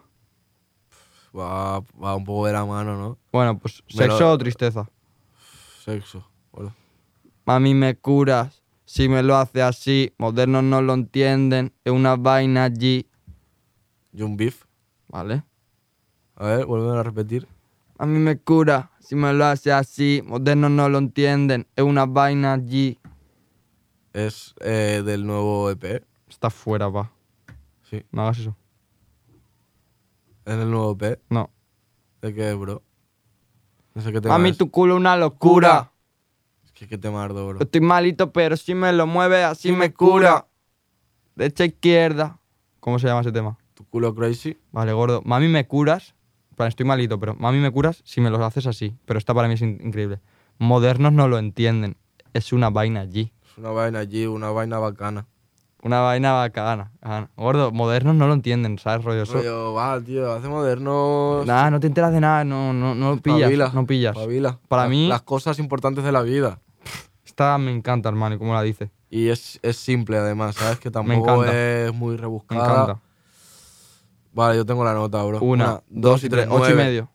Va, va un poco de la mano, ¿no? Bueno, pues Melo- sexo o tristeza. Sexo. Hola. Mami, me curas. Si me lo hace así, modernos no lo entienden. Es una vaina allí. Y un beef. Vale. A ver, vuelven a repetir. Mami, me cura. Si me lo hace así, modernos no lo entienden. Es una vaina allí. Es eh, del nuevo EP. Está fuera, pa. Sí. No hagas eso. Es del nuevo EP. No. ¿De qué, bro? No sé qué tema Mami, es. tu culo una locura. Es que qué tema ardo, bro. Estoy malito, pero si me lo mueve, así me cura. Derecha, izquierda. ¿Cómo se llama ese tema? Tu culo crazy. Vale, gordo. Mami, me curas. En plan, estoy malito, pero mami, me curas si me los haces así. Pero esta para mí es in- increíble. Modernos no lo entienden. Es una vaina allí. Es una vaina allí, una vaina bacana. Una vaina bacana. bacana. Gordo, modernos no lo entienden, ¿sabes? Rollo eso. Rollo, va, tío, hace moderno. Nada, no te enteras de nada, no, no, no pillas. Espabila, No pillas. espabila. Para La- mí- Las cosas importantes de la vida. Esta me encanta, hermano, y como la dice. Y es, es simple, además, ¿sabes? Que tampoco encanta. es muy Me rebuscada. encanta. Vale, yo tengo la nota, bro. Una, dos y tres. Ocho y nueve. medio.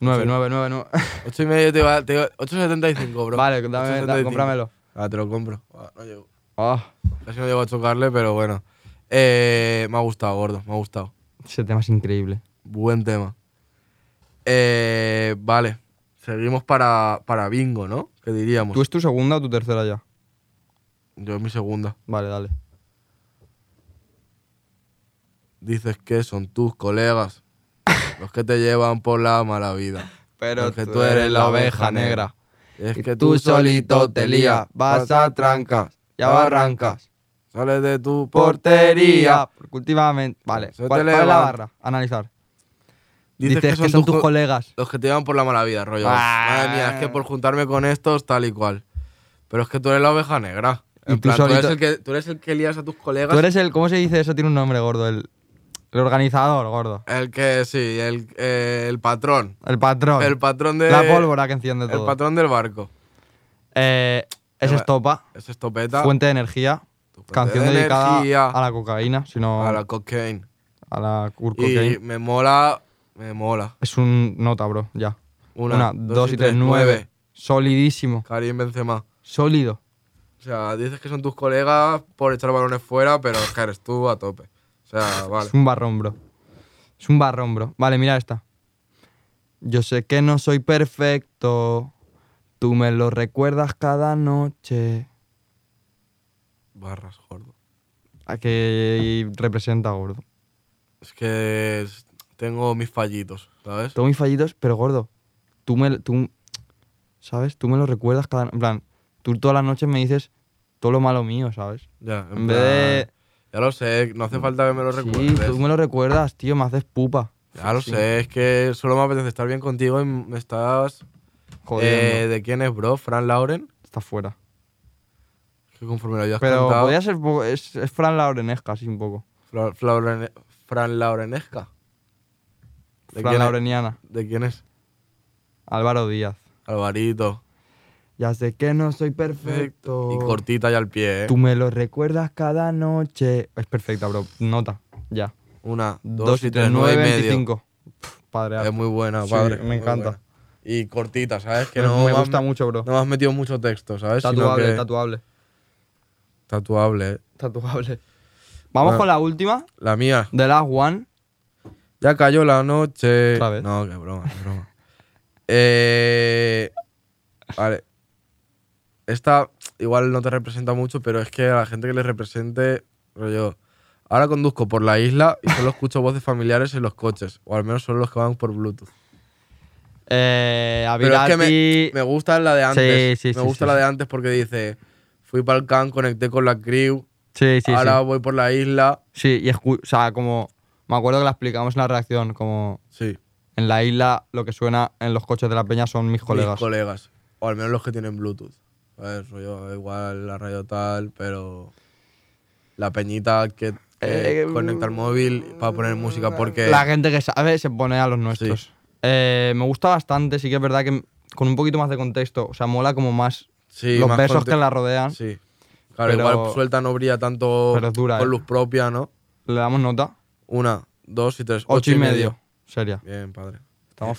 Nueve, nueve, nueve, nueve. Ocho y medio te va. te va- 8.75, bro. Vale, dame, 8.75. da- cómpramelo. Ah, te lo compro. Ah, no llego. Ah, Casi no llego a chocarle, pero bueno. Eh, me ha gustado, gordo, me ha gustado. ese tema es increíble. Buen tema. Eh, vale. Seguimos para, para bingo, ¿no? ¿Qué diríamos? ¿Tú es tu segunda o tu tercera ya? Yo es mi segunda. Vale, dale. Dices que son tus colegas los que te llevan por la mala vida. Pero Porque tú eres la oveja negra. Es Y tú solito te lías, vas a trancas y a barrancas. Sales de tu Portería. Porque últimamente. Vale. Se te ¿Cuál, cuál es la eleva. barra? Analizar. Dices, que son, colegas. tus colegas. Los que te llevan por la mala vida, rollo. Ah. Madre mía, es que por juntarme con estos, tal y cual. Pero es que tú eres la oveja negra. En Y tú plan, tú, eres solito- el que, tú eres el que lías a tus colegas. Tú eres el. ¿Cómo se dice eso? Tiene un nombre gordo. El, el organizador gordo. El que, sí, el, eh, el patrón. El patrón. El patrón de. la pólvora que enciende todo. El patrón del barco. Eh, es Eh, estopa. Es estopeta. Fuente de energía. fuente Canción de dedicada energía. a la cocaína, sino A la cocaine. a la cur- Y cocaine. me mola. Me mola. Es un nota, bro, ya. Una, dos, y tres, nueve. Solidísimo. Karim Benzema. Sólido. O sea, dices que son tus colegas por echar balones fuera, pero es que eres tú a tope. O sea, vale. Es un barrón, bro. Es un barrón, bro. Vale, mira esta. Yo sé que no soy perfecto. Tú me lo recuerdas cada noche. Barras, gordo. A que representa, gordo. Es que es- tengo mis fallitos, ¿sabes? Tengo mis fallitos, pero gordo. Tú me. Tú, ¿Sabes? Tú me lo recuerdas cada. En plan, tú todas las noches me dices todo lo malo mío, ¿sabes? Ya, en En vez de. plan, Ya lo sé, no hace falta que me lo Sí, recuerdes. tú me lo recuerdas, tío, me haces pupa. Ya lo Sí. sé, es que solo me apetece estar bien contigo y me estás... Jodiendo. Eh, ¿De quién es, bro? ¿Fran Lauren? Está fuera. Que conforme lo hayas Pero cantado... podría ser. po- Es, es Fran Laurenesca, así un poco. Fla- Flauren- Fran Laurenesca. ¿De Fran quién es? Laureniana. ¿De quién es? Álvaro Díaz. Alvarito. Ya sé que no soy perfecto. Y cortita y al pie, ¿eh? Tú me lo recuerdas cada noche. Es perfecta, bro. Nota. Ya. Una, dos, 2 y tres, nueve y medio. 25. Pf, Padre. Es arte. muy buena, Sí, padre. me muy encanta. buena. Y cortita, ¿sabes? Que Me- no me has- gusta mucho, bro. No me has metido mucho texto, ¿sabes? Sino Tatuable, que- tatuable. tatuable. ¿eh? Tatuable. Vamos Ah. con la última. La mía. The Last One. Ya cayó la noche. Otra vez. No, qué broma, qué broma. eh, vale. Esta igual no te representa mucho, pero es que a la gente que le represente, rollo. Ahora conduzco por la isla y solo escucho voces familiares en los coches, o al menos son los que van por Bluetooth. Eh, Pero es que me, Avirati. me gusta la de antes. Sí, sí, me sí, gusta sí, la sí. de antes porque dice: Fui para el can, conecté con la crew, Sí, sí, ahora sí. voy por la isla. Sí, y escu- o sea, como. Me acuerdo que la explicamos en la reacción, como. Sí, En la isla lo que suena en los coches de la peña son mis colegas. mis colegas. O al menos los que tienen Bluetooth. ¿Sabes? Rollo, igual la radio tal, pero. La peñita que, que Eh, conecta el móvil para poner música porque. La gente que sabe se pone a los nuestros. Sí. Eh, me gusta bastante, sí que es verdad que m- con un poquito más de contexto, o sea, mola como más Sí, los más versos conte- que la rodean. Sí. Claro, Pero- igual suelta no brilla tanto Pero es dura, con eh. luz propia, ¿no? Le damos nota. Una, dos y tres. 8, y medio. Seria. Bien, padre. Estamos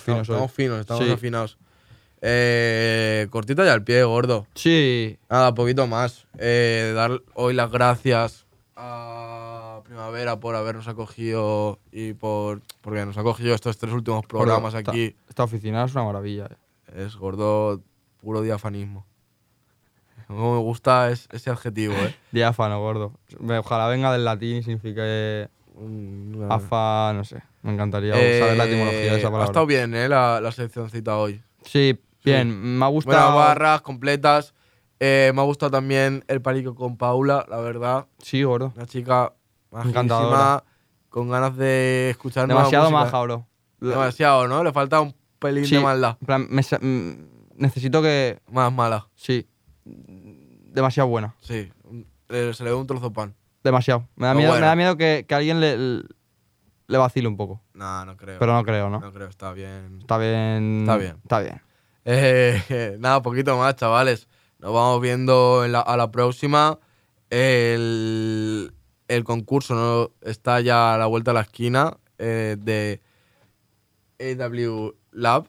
Estamos- finos hoy. Estamos finos, estamos Sí. afinados. Eh, cortita y al pie, gordo. Sí. Nada, poquito más. Eh, dar hoy las gracias a Primavera por habernos acogido y por porque nos ha acogido estos tres últimos programas Gordo, aquí. Esta, esta oficina es una maravilla. eh. Es gordo, puro diafanismo. Como me gusta es- ese adjetivo, ¿eh? Diáfano, gordo. Me- Ojalá venga del latín y signifique Mm, Ah, afa, no sé. Me encantaría eh, saber la etimología de esa Ha estado palabra. bien, ¿eh? La, la seccioncita hoy. Sí, bien. Me ha Buenas gustado. barras, completas. Eh, me ha gustado también el palico con Paula, la verdad. Sí, gordo. Una chica majísima, Encantadora. con ganas de escuchar nueva Demasiado música. maja, bro. Demasiado, ¿no? Le falta un pelín Sí, de maldad. en plan, me sa- mm, necesito que. Más mala, Sí. Demasiado buena. sí. Eh, se le ve un trozo de pan. Demasiado. Me da Pero miedo, Pues bueno. me da miedo que, que alguien le, le vacile un poco. No, no creo. Pero no creo, ¿no? no creo, está bien. Está bien. Está bien. Está bien. Eh, nada, poquito más, chavales. Nos vamos viendo en la- a la próxima. El, el concurso ¿no? está ya a la vuelta de la esquina eh, de AW Lab.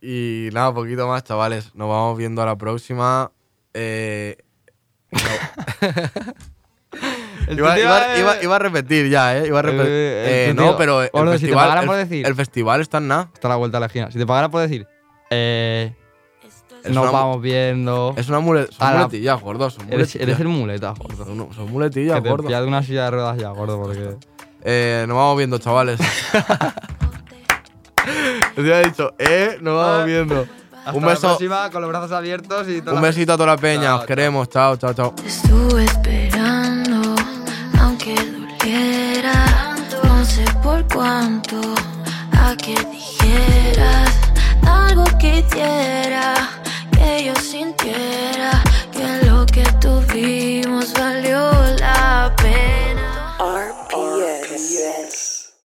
Y nada, poquito más, chavales. Nos vamos viendo a la próxima. Eh, iba, iba- iba- iba a repetir ya, ¿eh? Iba a repetir. Eh, el no, tío- pero el Gordo, si te festival, pagaran el- por decir. el festival está en nada. Está a la vuelta de la esquina. Si te pagara por decir. Eh, Es nos una- vamos viendo. Es una mule- son A la- muletillas, gordo. Son Eres, eres muletillas. el muleta, gordo. Son, un- son Que muletillas, te gordo. pillas de una silla de ruedas ya, gordo, porque. Eh, nos vamos viendo, chavales. Te había dicho, eh, nos vamos viendo. Hasta Un la beso. próxima, con los brazos abiertos y todo. Un besito a toda la peña. Chao, Os chao. queremos. Chao, chao, chao. Te estuve esperando, aunque doliera. No sé por cuánto, a que dijeras algo que hiciera.